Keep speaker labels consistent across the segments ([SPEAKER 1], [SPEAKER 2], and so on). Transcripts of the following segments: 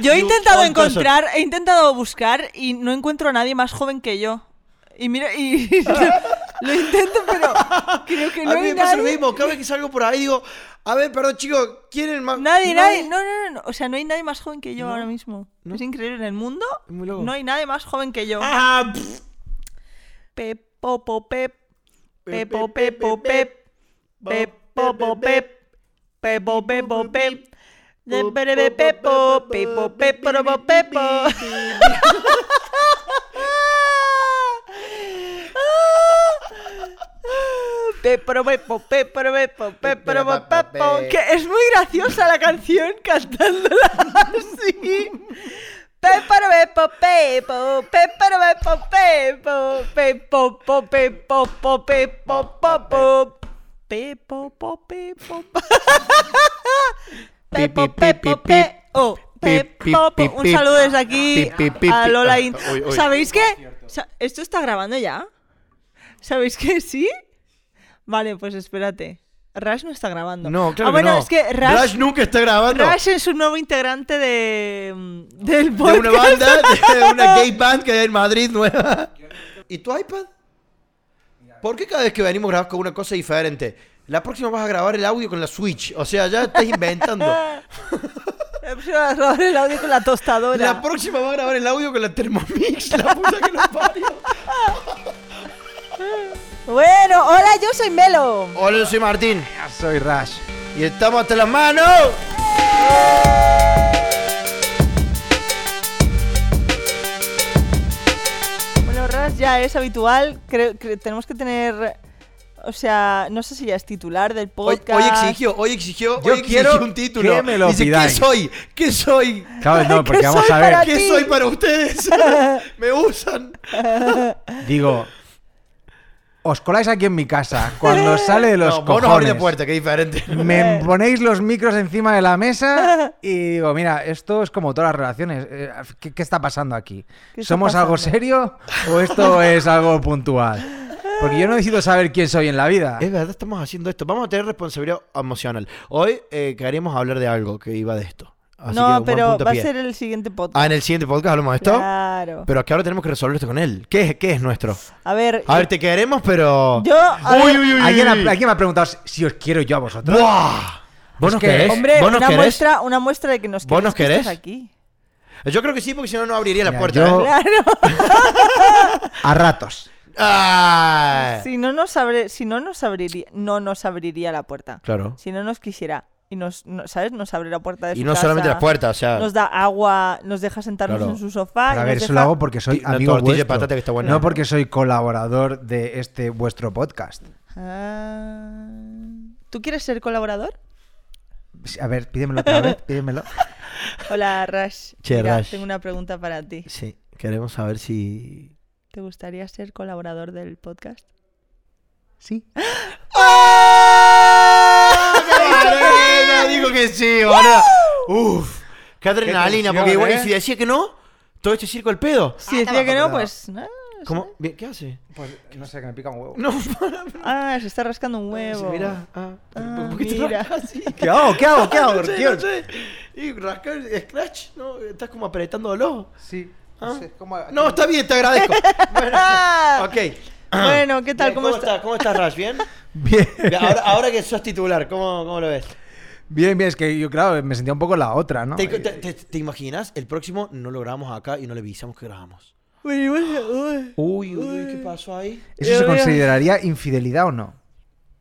[SPEAKER 1] Yo he
[SPEAKER 2] You
[SPEAKER 1] intentado
[SPEAKER 2] old person.
[SPEAKER 1] encontrar, he intentado buscar y no encuentro a nadie más joven que yo. Y mira, y lo intento, pero creo que no
[SPEAKER 2] a mí
[SPEAKER 1] hay
[SPEAKER 2] me pasa lo
[SPEAKER 1] nadie.
[SPEAKER 2] mismo. Cada vez que salgo por ahí digo, a ver, perdón, chicos, ¿quieren más?
[SPEAKER 1] Nadie, nadie, no, no, no, no. o sea, no hay nadie más joven que yo
[SPEAKER 2] No,
[SPEAKER 1] ahora mismo.
[SPEAKER 2] no.
[SPEAKER 1] Es increíble, en el mundo
[SPEAKER 2] Es muy loco.
[SPEAKER 1] no hay nadie más joven que yo.
[SPEAKER 2] Ah, pff.
[SPEAKER 1] Pep, popo, pep,
[SPEAKER 2] Pep,
[SPEAKER 1] pepo,
[SPEAKER 2] pep,
[SPEAKER 1] pepo,
[SPEAKER 2] pep,
[SPEAKER 1] pep, pep, popo, pep, pepo, pepo, pep, de breve pepo, pepo, pepo, pepo. Ah! Pepo, pepo, pepo, pepo, pepo, pepo. Que es muy graciosa la canción cantándola así. Pepero, pepo, pepo, pepero, pepo, pepo, pepo, po, pepo, po, pepo, po, po. Pepo, po, pepo, po. Pepo, pepo, pe- oh, pepo, po. Un saludo desde aquí a Lola Int.
[SPEAKER 2] Ah, Uy, uy.
[SPEAKER 1] ¿Sabéis qué? Sa- ¿Esto está grabando ya? ¿Sabéis que sí? Vale, pues espérate. Rash no está grabando.
[SPEAKER 2] No, claro
[SPEAKER 1] ah, bueno,
[SPEAKER 2] que no.
[SPEAKER 1] es que Rash,
[SPEAKER 2] Rush nunca está grabando.
[SPEAKER 1] Rash es un nuevo integrante de, mm, del
[SPEAKER 2] de una
[SPEAKER 1] podcast.
[SPEAKER 2] banda, de una gay band que hay en Madrid nueva. ¿Y tu iPad? ¿Por qué cada vez que venimos grabas con una cosa diferente? La próxima vas a grabar el audio con la Switch. O sea, ya estás inventando.
[SPEAKER 1] La próxima va a grabar el audio con la tostadora.
[SPEAKER 2] La próxima vas a grabar el audio con la Thermomix. La puta que nos parió.
[SPEAKER 1] Bueno, hola, yo soy Melo.
[SPEAKER 2] Hola, yo Ah, soy Martín.
[SPEAKER 3] Soy Rash.
[SPEAKER 2] Y estamos hasta las manos.
[SPEAKER 1] Bueno, Ras ya es habitual. Creo que tenemos que tener. O sea, no sé si ya es titular del
[SPEAKER 2] Hoy,
[SPEAKER 1] podcast.
[SPEAKER 2] hoy exigió, hoy exigió,
[SPEAKER 3] Yo
[SPEAKER 2] hoy exigió
[SPEAKER 3] quiero
[SPEAKER 2] un título.
[SPEAKER 3] que me lo
[SPEAKER 2] Dice, ¿qué
[SPEAKER 3] pidáis".
[SPEAKER 2] soy? ¿Qué soy?
[SPEAKER 3] Claro, no,
[SPEAKER 1] ¿Qué
[SPEAKER 3] porque vamos
[SPEAKER 1] soy
[SPEAKER 3] a ver.
[SPEAKER 1] para
[SPEAKER 2] ¿Qué
[SPEAKER 1] ti?
[SPEAKER 2] soy para ustedes? me usan.
[SPEAKER 3] Digo, os coláis aquí en mi casa. Cuando sale de los
[SPEAKER 2] no, vos no abrís
[SPEAKER 3] cojones.
[SPEAKER 2] la puerta, que diferente.
[SPEAKER 3] Me ponéis los micros encima de la mesa y digo, mira, esto es como todas las relaciones. eh, ¿Qué, qué está pasando aquí?
[SPEAKER 1] ¿Qué está
[SPEAKER 3] ¿Somos algo
[SPEAKER 1] pasando?
[SPEAKER 3] serio o esto es algo puntual? Porque yo no decido saber quién soy en la vida.
[SPEAKER 2] Es verdad, estamos haciendo esto. Vamos a tener responsabilidad emocional. Hoy eh, queríamos hablar de algo que iba de esto. Así que
[SPEAKER 1] no,
[SPEAKER 2] buen
[SPEAKER 1] pero va a
[SPEAKER 2] puntapié.
[SPEAKER 1] ser el siguiente podcast.
[SPEAKER 2] Ah, en el siguiente podcast hablamos de esto.
[SPEAKER 1] Claro.
[SPEAKER 2] Pero es que ahora tenemos que resolver esto con él. ¿Qué es, qué es nuestro?
[SPEAKER 1] A ver,
[SPEAKER 2] A ver, te queremos, pero.
[SPEAKER 1] yo. a ver,
[SPEAKER 3] ¿Alguien, ha- alguien me ha preguntado si- si os quiero yo a vosotros?
[SPEAKER 2] ¡Buah! ¿Vos
[SPEAKER 3] Es
[SPEAKER 2] nos
[SPEAKER 3] que,
[SPEAKER 2] querés?
[SPEAKER 1] Hombre,
[SPEAKER 2] ¿Vos nos
[SPEAKER 1] una
[SPEAKER 2] querés?
[SPEAKER 1] muestra, una muestra de que nos
[SPEAKER 2] ¿Vos nos
[SPEAKER 1] que
[SPEAKER 2] querés?
[SPEAKER 1] estás aquí.
[SPEAKER 2] Yo creo que sí, porque si no, no abriría la
[SPEAKER 3] Mira,
[SPEAKER 2] puerta.
[SPEAKER 3] yo-
[SPEAKER 2] ¿eh?
[SPEAKER 1] Claro.
[SPEAKER 3] A ratos.
[SPEAKER 2] Ah.
[SPEAKER 1] si no nos abre, si no nos abriría, no nos abriría la puerta.
[SPEAKER 2] Claro.
[SPEAKER 1] Si no nos quisiera y nos, no- ¿sabes? Nos abre la puerta de
[SPEAKER 2] Y
[SPEAKER 1] su
[SPEAKER 2] no
[SPEAKER 1] casa,
[SPEAKER 2] solamente las puertas, o sea.
[SPEAKER 1] Nos da agua, nos deja sentarnos
[SPEAKER 2] Claro.
[SPEAKER 1] en su sofá. y
[SPEAKER 3] Pero a ver,
[SPEAKER 1] nos
[SPEAKER 3] eso lo
[SPEAKER 1] deja-
[SPEAKER 3] hago porque soy
[SPEAKER 2] Una
[SPEAKER 3] amigo
[SPEAKER 2] tortilla de
[SPEAKER 3] vuestro,
[SPEAKER 2] patata que está buena.
[SPEAKER 3] No porque soy colaborador de este vuestro podcast.
[SPEAKER 1] Ah. ¿Tú quieres ser colaborador?
[SPEAKER 3] A ver, pídemelo otra vez, pídemelo.
[SPEAKER 1] Hola, Rash.
[SPEAKER 2] Che,
[SPEAKER 1] Mira,
[SPEAKER 2] Rash.
[SPEAKER 1] Tengo una pregunta para ti.
[SPEAKER 2] Sí, queremos saber si.
[SPEAKER 1] ¿Te gustaría ser colaborador del podcast? ¡Ah!
[SPEAKER 3] Sí.
[SPEAKER 2] Ah, Adrenalina, digo que sí, boludo. Uf, qué adrenalina,
[SPEAKER 3] Qué tensión,
[SPEAKER 2] porque bueno,
[SPEAKER 3] ¿eh?
[SPEAKER 2] y si decía que no, todo este circo al pedo.
[SPEAKER 1] Si decía que no, pues. no.
[SPEAKER 2] ¿Cómo? Bien, ¿Qué hace?
[SPEAKER 3] no sé, que me pica un huevo.
[SPEAKER 2] Pues, No, para, para.
[SPEAKER 1] Ah, se está rascando un huevo.
[SPEAKER 2] Mira, ah, pero
[SPEAKER 1] Ah,
[SPEAKER 2] ¿por qué te
[SPEAKER 1] mira.
[SPEAKER 2] rascas así?
[SPEAKER 3] ¿Qué hago? ¿Qué hago? ¿Qué hago?
[SPEAKER 2] No sé,
[SPEAKER 3] Tío,
[SPEAKER 2] no sé. Y rascar, scratch, ¿no? Estás como apretándolo.
[SPEAKER 3] Sí.
[SPEAKER 2] Ah.
[SPEAKER 3] No sé, ¿cómo-
[SPEAKER 2] No, está bien, te agradezco. Bueno,
[SPEAKER 1] Ah,
[SPEAKER 2] ok.
[SPEAKER 1] Bueno, ¿qué tal?
[SPEAKER 2] Bien,
[SPEAKER 1] ¿Cómo, está?
[SPEAKER 2] ¿Cómo estás, Rash? ¿Bien?
[SPEAKER 3] Bien,
[SPEAKER 2] Ahora, ahora que sos titular, ¿cómo, cómo lo ves?
[SPEAKER 3] bien, bien, es que yo, claro, me sentía un poco la otra, ¿no? eh,
[SPEAKER 2] ¿Te, te- te- te imaginas? El próximo no lo grabamos acá y no le avisamos que grabamos.
[SPEAKER 1] Uy, uy, uy.
[SPEAKER 2] Uy, uy, uy, ¿qué pasó ahí?
[SPEAKER 3] ¿Eso se consideraría infidelidad o no?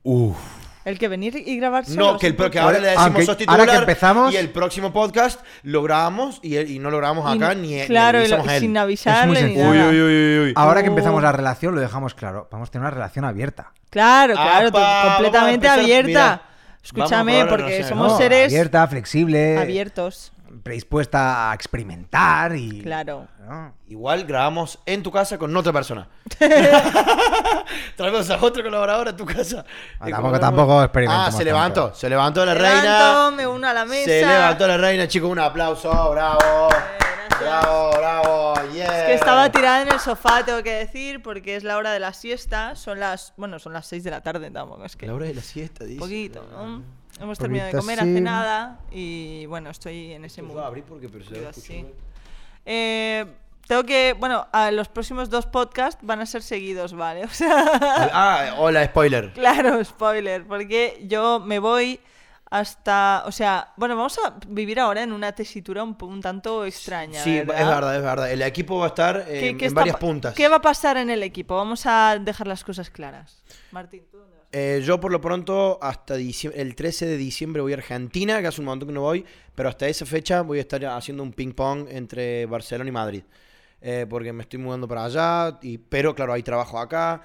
[SPEAKER 2] Uf.
[SPEAKER 1] El que venir y grabar
[SPEAKER 2] No,
[SPEAKER 1] solos
[SPEAKER 2] que, el,
[SPEAKER 1] un
[SPEAKER 2] pro- que
[SPEAKER 1] podcast.
[SPEAKER 2] ahora le decimos
[SPEAKER 3] Aunque-
[SPEAKER 2] "Sos titular",
[SPEAKER 3] ahora que empezamos-
[SPEAKER 2] y el próximo podcast lo grabamos y, él- y no lo grabamos
[SPEAKER 1] Y-
[SPEAKER 2] acá ni, ni
[SPEAKER 1] claro, y lo-
[SPEAKER 2] avisamos a él.
[SPEAKER 1] sin avisarle ni
[SPEAKER 3] sencillo.
[SPEAKER 1] nada.
[SPEAKER 3] Uy,
[SPEAKER 2] uy, uy.
[SPEAKER 3] Ahora que
[SPEAKER 1] Oh.
[SPEAKER 3] empezamos la relación, lo dejamos claro. Vamos a tener una relación abierta.
[SPEAKER 1] Claro, claro,
[SPEAKER 2] Apa,
[SPEAKER 1] tú-
[SPEAKER 2] vamos a
[SPEAKER 1] completamente
[SPEAKER 2] empezar,
[SPEAKER 1] abierta.
[SPEAKER 2] mira, vamos
[SPEAKER 1] Escúchame,
[SPEAKER 2] a probar
[SPEAKER 1] porque
[SPEAKER 2] relaciones,
[SPEAKER 1] somos
[SPEAKER 3] No,
[SPEAKER 1] seres
[SPEAKER 3] Abierta, flexible.
[SPEAKER 1] abiertos.
[SPEAKER 3] Predispuesta a experimentar y.
[SPEAKER 1] Claro.
[SPEAKER 3] ¿no?
[SPEAKER 2] Igual grabamos en tu casa con otra persona. Traemos a otro colaborador a tu casa.
[SPEAKER 3] Ah,
[SPEAKER 2] Y
[SPEAKER 3] tampoco-
[SPEAKER 2] como-
[SPEAKER 3] tampoco experimentemos
[SPEAKER 2] Ah, se levantó,
[SPEAKER 3] tanto.
[SPEAKER 2] se levantó la
[SPEAKER 1] Levanto,
[SPEAKER 2] reina.
[SPEAKER 1] me uno a la mesa.
[SPEAKER 2] Se levantó la reina, chicos, un aplauso, bravo. Bravo, bravo, yeah.
[SPEAKER 1] Es que estaba tirada en el sofá, tengo que decir, porque es la hora de la siesta. Son las, bueno, son las 6 de la tarde tampoco, es que
[SPEAKER 2] La hora de la siesta, dice.
[SPEAKER 1] poquito, ¿no? Hemos terminado de
[SPEAKER 3] Ahorita
[SPEAKER 1] comer
[SPEAKER 3] sí.
[SPEAKER 1] hace nada y bueno, estoy en ese
[SPEAKER 2] Pues va a
[SPEAKER 1] mundo.
[SPEAKER 2] abrir porque pero se
[SPEAKER 1] Yo
[SPEAKER 2] va a
[SPEAKER 1] sí.
[SPEAKER 2] escuchar.
[SPEAKER 1] Eh, tengo que, bueno, a los próximos dos podcasts van a ser seguidos, ¿vale? O sea,
[SPEAKER 2] Ah, hola, spoiler.
[SPEAKER 1] claro, spoiler, porque yo me voy hasta, o sea, bueno, vamos a vivir ahora en una tesitura un, po- un tanto extraña.
[SPEAKER 2] Sí, es verdad, es verdad. El equipo va a estar eh,
[SPEAKER 1] ¿eh? ¿Qué-
[SPEAKER 2] en
[SPEAKER 1] qué está
[SPEAKER 2] varias
[SPEAKER 1] pa-
[SPEAKER 2] puntas.
[SPEAKER 1] ¿Qué va a pasar en el equipo? Vamos a dejar las cosas claras. Martín, ¿tú dónde vas?
[SPEAKER 2] Eh, yo por lo pronto hasta diciem- el 13 de diciembre voy a Argentina, que hace un montón que no voy, pero hasta esa fecha voy a estar haciendo un ping pong entre Barcelona y Madrid, Eh, porque me estoy mudando para allá, y, pero claro, hay trabajo acá,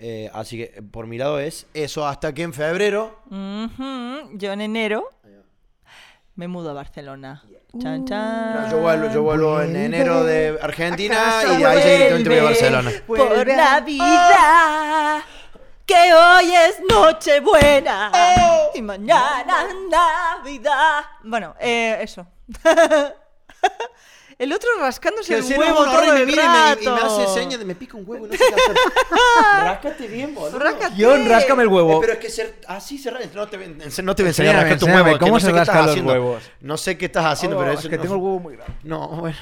[SPEAKER 2] eh, así que eh, por mi lado es eso hasta que en febrero...
[SPEAKER 1] Ujú, Yo en enero me mudo a Barcelona.
[SPEAKER 3] Uh.
[SPEAKER 1] Chan, chan.
[SPEAKER 2] Yo vuelvo, yo vuelvo en enero de Argentina y de ahí seguidamente voy a Barcelona.
[SPEAKER 1] Por la vida. Que hoy es Nochebuena
[SPEAKER 3] Oh.
[SPEAKER 1] y mañana Navidad. Bueno, eh, eso. el otro rascándose
[SPEAKER 2] Que
[SPEAKER 1] el
[SPEAKER 2] si no,
[SPEAKER 1] huevo
[SPEAKER 2] bueno,
[SPEAKER 1] todo
[SPEAKER 2] ahora me
[SPEAKER 1] el
[SPEAKER 2] mira y me-
[SPEAKER 1] rato.
[SPEAKER 2] y me hace señas, de- me pica un huevo y no sé qué hacer. Ráscate bien, boludo.
[SPEAKER 1] Ráscate.
[SPEAKER 3] Guión, ráscame el
[SPEAKER 2] Eh,
[SPEAKER 3] huevo.
[SPEAKER 2] pero es que ser- así se rasca. No te, voy a ens- no te voy a enseñar a
[SPEAKER 3] Enséñame,
[SPEAKER 2] rascar tu
[SPEAKER 3] enséñame,
[SPEAKER 2] huevo. que
[SPEAKER 3] ¿cómo
[SPEAKER 2] no
[SPEAKER 3] se
[SPEAKER 2] sé qué
[SPEAKER 3] rascan
[SPEAKER 2] estás
[SPEAKER 3] los
[SPEAKER 2] haciendo.
[SPEAKER 3] huevos?
[SPEAKER 2] No sé qué estás haciendo,
[SPEAKER 3] Oh,
[SPEAKER 2] pero
[SPEAKER 3] es
[SPEAKER 2] eso
[SPEAKER 3] que
[SPEAKER 2] no-
[SPEAKER 3] tengo el huevo muy grande.
[SPEAKER 2] No, bueno.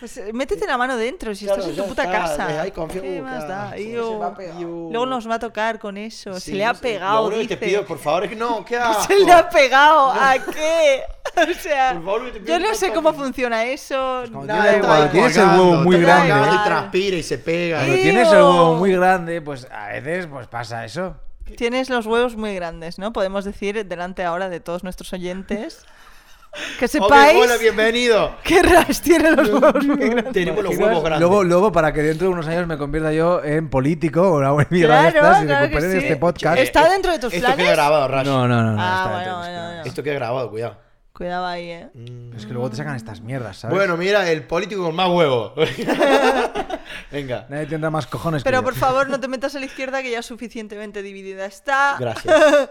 [SPEAKER 1] Pues eh, métete la mano dentro si
[SPEAKER 2] Claro,
[SPEAKER 1] estás en
[SPEAKER 2] ya
[SPEAKER 1] tu puta
[SPEAKER 2] está,
[SPEAKER 1] casa.
[SPEAKER 2] eh, ahí confío,
[SPEAKER 1] ¿Qué
[SPEAKER 2] uh,
[SPEAKER 1] más
[SPEAKER 2] claro,
[SPEAKER 1] da?
[SPEAKER 2] sí,
[SPEAKER 1] Iu.
[SPEAKER 2] se me ha pegado.
[SPEAKER 1] Luego nos va a tocar con eso.
[SPEAKER 2] Sí,
[SPEAKER 1] se le ha
[SPEAKER 2] sí,
[SPEAKER 1] pegado.
[SPEAKER 2] Lo único que te
[SPEAKER 1] dice.
[SPEAKER 2] pido, por favor, es que no, ¿qué hago?
[SPEAKER 1] Se le ha pegado. ¿A qué? O sea,
[SPEAKER 2] Por favor, que te pido
[SPEAKER 1] yo no
[SPEAKER 2] un
[SPEAKER 1] sé
[SPEAKER 2] toque. Pues
[SPEAKER 1] cómo funciona eso.
[SPEAKER 3] cuando
[SPEAKER 1] nada,
[SPEAKER 3] tiene
[SPEAKER 1] da
[SPEAKER 3] cuando
[SPEAKER 1] igual.
[SPEAKER 3] tiene- tienes el huevo muy grande.
[SPEAKER 2] Y transpira y se pega.
[SPEAKER 3] Cuando
[SPEAKER 1] Tío.
[SPEAKER 3] tienes el huevo muy grande, pues a veces pues pasa eso.
[SPEAKER 1] Tienes los huevos muy grandes, ¿no? Podemos decir delante ahora de todos nuestros oyentes que
[SPEAKER 2] Obvio,
[SPEAKER 1] sepáis
[SPEAKER 2] hola, bienvenido.
[SPEAKER 1] que Ras tiene los huevos muy grandes.
[SPEAKER 2] Tenemos los
[SPEAKER 3] Imaginas,
[SPEAKER 2] huevos grandes.
[SPEAKER 3] Pues, Luego, luego, para que dentro de unos años me convierta yo en político o una mierda de
[SPEAKER 1] Claro,
[SPEAKER 3] estas
[SPEAKER 1] claro
[SPEAKER 3] y
[SPEAKER 1] que
[SPEAKER 3] recuperen
[SPEAKER 1] sí.
[SPEAKER 3] este podcast.
[SPEAKER 1] Está dentro de tus
[SPEAKER 2] Eh, Esto
[SPEAKER 1] planes.
[SPEAKER 2] queda grabado, Rash.
[SPEAKER 3] No, no, no. no,
[SPEAKER 1] Ah,
[SPEAKER 3] está
[SPEAKER 1] bueno,
[SPEAKER 3] dentro, está
[SPEAKER 1] bueno,
[SPEAKER 2] Esto queda grabado, cuidado.
[SPEAKER 1] bueno. Cuidado ahí, ¿eh?
[SPEAKER 3] dentro. Es que luego te sacan estas mierdas, ¿sabes?
[SPEAKER 2] Bueno, mira, el político con más huevos. Venga.
[SPEAKER 3] Nadie tendrá más cojones que
[SPEAKER 1] Pero
[SPEAKER 3] yo.
[SPEAKER 1] por favor, no te metas a la izquierda que ya suficientemente dividida está.
[SPEAKER 2] Gracias.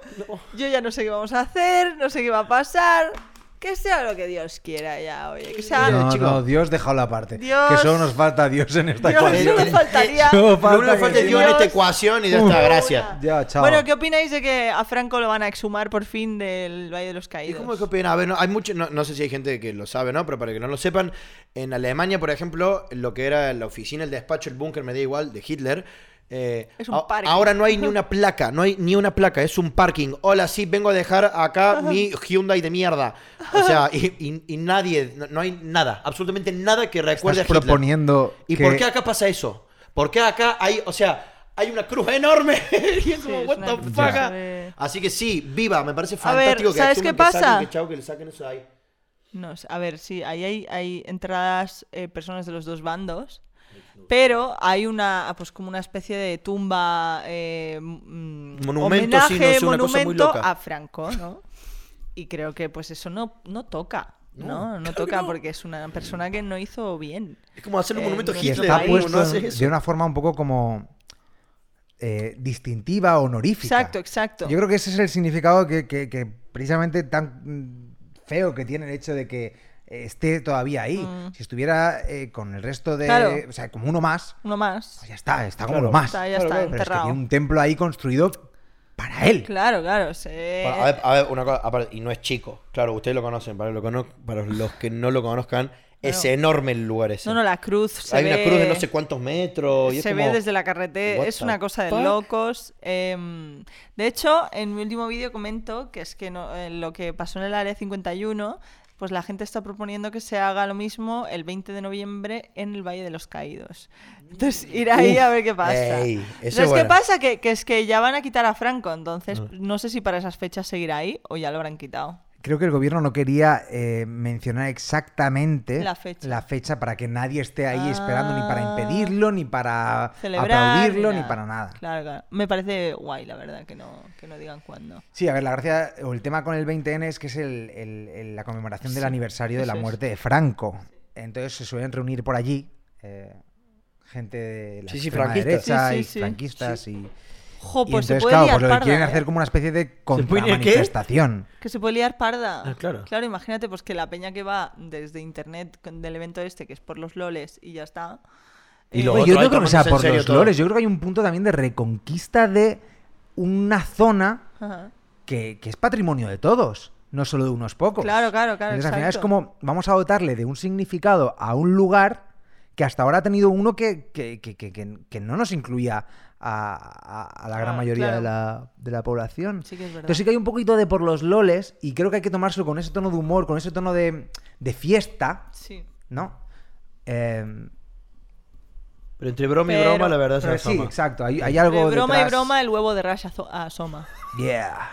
[SPEAKER 1] Yo ya no sé qué vamos a hacer, no sé qué va a pasar. Que sea lo que Dios quiera ya, oye. Que sea
[SPEAKER 2] Mira,
[SPEAKER 3] No,
[SPEAKER 2] chico.
[SPEAKER 3] no, Dios dejado la parte.
[SPEAKER 1] Dios.
[SPEAKER 3] Que solo nos falta Dios en esta
[SPEAKER 1] Dios,
[SPEAKER 3] ecuación.
[SPEAKER 1] solo faltaría.
[SPEAKER 3] Solo
[SPEAKER 2] Lo único que
[SPEAKER 3] que
[SPEAKER 2] falta es
[SPEAKER 1] Dios.
[SPEAKER 2] yo en esta ecuación y ya está, gracias.
[SPEAKER 1] una.
[SPEAKER 3] Ya, chao.
[SPEAKER 1] Bueno, ¿qué opináis de que a Franco lo van a exhumar por fin del Valle de los
[SPEAKER 2] ¿Y
[SPEAKER 1] Caídos?
[SPEAKER 2] cómo es que opinan? A ver, no, hay mucho, no, no sé si hay gente que lo sabe, ¿no? Pero para que no lo sepan, en Alemania, por ejemplo, lo que era la oficina, el despacho, el búnker, me da igual, de Hitler. eh,
[SPEAKER 1] Es un
[SPEAKER 2] a-
[SPEAKER 1] parque.
[SPEAKER 2] Ahora no hay ni una placa, no hay ni una placa, es un parking. Hola, sí, vengo a dejar acá mi Hyundai de mierda. O sea, y, y- y nadie, no, no hay nada, absolutamente nada que recuerde a
[SPEAKER 3] Estás
[SPEAKER 2] Hitler.
[SPEAKER 3] proponiendo
[SPEAKER 2] ¿Y
[SPEAKER 3] que-
[SPEAKER 2] por qué acá pasa eso? ¿Por qué acá hay, o sea, hay una cruz enorme? y es como,
[SPEAKER 1] es
[SPEAKER 2] what
[SPEAKER 1] una
[SPEAKER 2] the
[SPEAKER 1] cruz
[SPEAKER 2] fuck? ah".
[SPEAKER 1] enorme.
[SPEAKER 2] Así que sí, viva, me parece
[SPEAKER 1] A ver,
[SPEAKER 2] fantástico que
[SPEAKER 1] ¿sabes
[SPEAKER 2] asuman
[SPEAKER 1] qué
[SPEAKER 2] que
[SPEAKER 1] pasa?
[SPEAKER 2] saquen, que chau, que le saquen eso de ahí.
[SPEAKER 1] No, sé, a ver, sí, ahí hay, hay entradas eh, personas de los dos bandos, pero hay una, ah, pues como una especie de tumba, eh,
[SPEAKER 2] Monumento, sí,
[SPEAKER 1] mm,
[SPEAKER 2] no sé,
[SPEAKER 1] homenaje,
[SPEAKER 2] una cosa muy
[SPEAKER 1] monumento
[SPEAKER 2] loca.
[SPEAKER 1] a Franco, ¿no? Y creo que pues eso no, no toca, ¿no? No, toca porque es una persona que no hizo bien.
[SPEAKER 2] Es como hacer un
[SPEAKER 1] Eh,
[SPEAKER 2] monumento a
[SPEAKER 1] no
[SPEAKER 3] Y
[SPEAKER 2] Hitler.
[SPEAKER 3] está
[SPEAKER 1] ahí,
[SPEAKER 2] ¿cómo
[SPEAKER 3] puesto
[SPEAKER 2] no haces
[SPEAKER 3] en-
[SPEAKER 2] eso?
[SPEAKER 3] de una forma un poco como eh, distintiva, honorífica.
[SPEAKER 1] Exacto, exacto.
[SPEAKER 3] Yo creo que ese es el significado que, que- que precisamente tan mm, feo que tiene el hecho de que eh, esté todavía ahí.
[SPEAKER 1] Mm.
[SPEAKER 3] Si estuviera eh, con el resto de...
[SPEAKER 1] Claro.
[SPEAKER 3] O sea, como uno más,
[SPEAKER 1] Uno más.
[SPEAKER 3] pues ya está, está como
[SPEAKER 2] Claro.
[SPEAKER 3] uno más.
[SPEAKER 1] Está, ya Claro, está, claro.
[SPEAKER 3] Pero es que
[SPEAKER 1] enterrado.
[SPEAKER 3] tiene un templo ahí construido para él.
[SPEAKER 1] Claro, claro, se-
[SPEAKER 2] Bueno, a, ver, a ver, una cosa, aparte, y no es chico. Claro, ustedes lo conocen, para, lo cono- para los que no lo conozcan, es enorme el lugar ese.
[SPEAKER 1] No, no, la cruz se
[SPEAKER 2] Hay
[SPEAKER 1] ve...
[SPEAKER 2] una cruz de no sé cuántos metros. Y es
[SPEAKER 1] se
[SPEAKER 2] como,
[SPEAKER 1] ve desde la carretera,
[SPEAKER 2] what
[SPEAKER 1] es
[SPEAKER 2] the
[SPEAKER 1] una cosa de
[SPEAKER 2] fuck?
[SPEAKER 1] locos. Em, de hecho, en mi último vídeo comento que es que no- eh, lo que pasó en el área 51, pues la gente está proponiendo que se haga lo mismo el 20 de noviembre en el Valle de los Caídos. Entonces, ir ahí
[SPEAKER 2] Uf,
[SPEAKER 1] a ver qué pasa.
[SPEAKER 2] ey, eso
[SPEAKER 1] Entonces,
[SPEAKER 2] es
[SPEAKER 1] ¿qué
[SPEAKER 2] bueno.
[SPEAKER 1] pasa? Que, que es que ya van a quitar a Franco, entonces no sé si para esas fechas seguirá ahí o ya lo habrán quitado.
[SPEAKER 3] Creo que el gobierno no quería eh, mencionar exactamente
[SPEAKER 1] La fecha.
[SPEAKER 3] fecha para que nadie esté ahí
[SPEAKER 1] Ah.
[SPEAKER 3] esperando ni para impedirlo, ni para
[SPEAKER 1] Celebrar. ni
[SPEAKER 3] aplaudirlo, ni para nada.
[SPEAKER 1] Claro, claro. Me parece guay, la verdad, que no, que no digan cuándo.
[SPEAKER 3] Sí, a ver, la gracia o el tema con el 20N es que es el- el- el- la conmemoración del
[SPEAKER 1] Sí,
[SPEAKER 3] aniversario de la
[SPEAKER 1] eso es.
[SPEAKER 3] muerte de Franco. Entonces se suelen reunir por allí eh, gente de la
[SPEAKER 2] Sí, sí,
[SPEAKER 3] extrema
[SPEAKER 2] franquistas.
[SPEAKER 3] derecha
[SPEAKER 1] Sí, sí,
[SPEAKER 3] y
[SPEAKER 1] sí.
[SPEAKER 3] franquistas y,
[SPEAKER 1] Jo,
[SPEAKER 3] y
[SPEAKER 1] pues se
[SPEAKER 3] entonces,
[SPEAKER 1] puede
[SPEAKER 3] claro,
[SPEAKER 1] liar
[SPEAKER 3] pues lo que
[SPEAKER 1] parda,
[SPEAKER 3] quieren
[SPEAKER 1] ¿eh?
[SPEAKER 3] hacer como una especie de
[SPEAKER 2] puede ir qué?
[SPEAKER 3] contramanifestación.
[SPEAKER 1] Que se puede liar parda.
[SPEAKER 2] Ah, claro.
[SPEAKER 1] Claro, imagínate, pues que la peña que va desde internet con- del evento este, que es por los loles y ya está. Eh, pues,
[SPEAKER 2] Y lo
[SPEAKER 3] Oye,
[SPEAKER 2] otro,
[SPEAKER 3] yo
[SPEAKER 2] ahí
[SPEAKER 3] no creo que
[SPEAKER 2] tomándose
[SPEAKER 3] sea
[SPEAKER 2] en
[SPEAKER 3] por
[SPEAKER 2] serio
[SPEAKER 3] los
[SPEAKER 2] todo.
[SPEAKER 3] lores, yo creo que hay un punto también de reconquista de una zona
[SPEAKER 1] Ajá.
[SPEAKER 3] que, que es patrimonio de todos, no solo de unos pocos.
[SPEAKER 1] Claro, claro, claro,
[SPEAKER 3] Entonces, al final es
[SPEAKER 1] exacto.
[SPEAKER 3] como, vamos a dotarle de un significado a un lugar que hasta ahora ha tenido uno que, que- que- que- que- que no nos incluía a, a- a la gran
[SPEAKER 1] Ah,
[SPEAKER 3] mayoría
[SPEAKER 1] claro.
[SPEAKER 3] de, la, de la población.
[SPEAKER 1] Sí que es verdad.
[SPEAKER 3] Entonces sí que hay un poquito de por los loles y creo que hay que tomárselo con ese tono de humor, con ese tono de, de fiesta,
[SPEAKER 1] Sí.
[SPEAKER 3] ¿no? Eh,
[SPEAKER 2] Pero entre broma y
[SPEAKER 1] Pero-
[SPEAKER 2] broma, la verdad
[SPEAKER 3] pero
[SPEAKER 2] se
[SPEAKER 3] sí,
[SPEAKER 2] asoma.
[SPEAKER 3] exacto, hay, hay algo
[SPEAKER 1] De Eh, broma
[SPEAKER 3] detrás.
[SPEAKER 1] y broma, el huevo de Rash azo- asoma.
[SPEAKER 3] Yeah.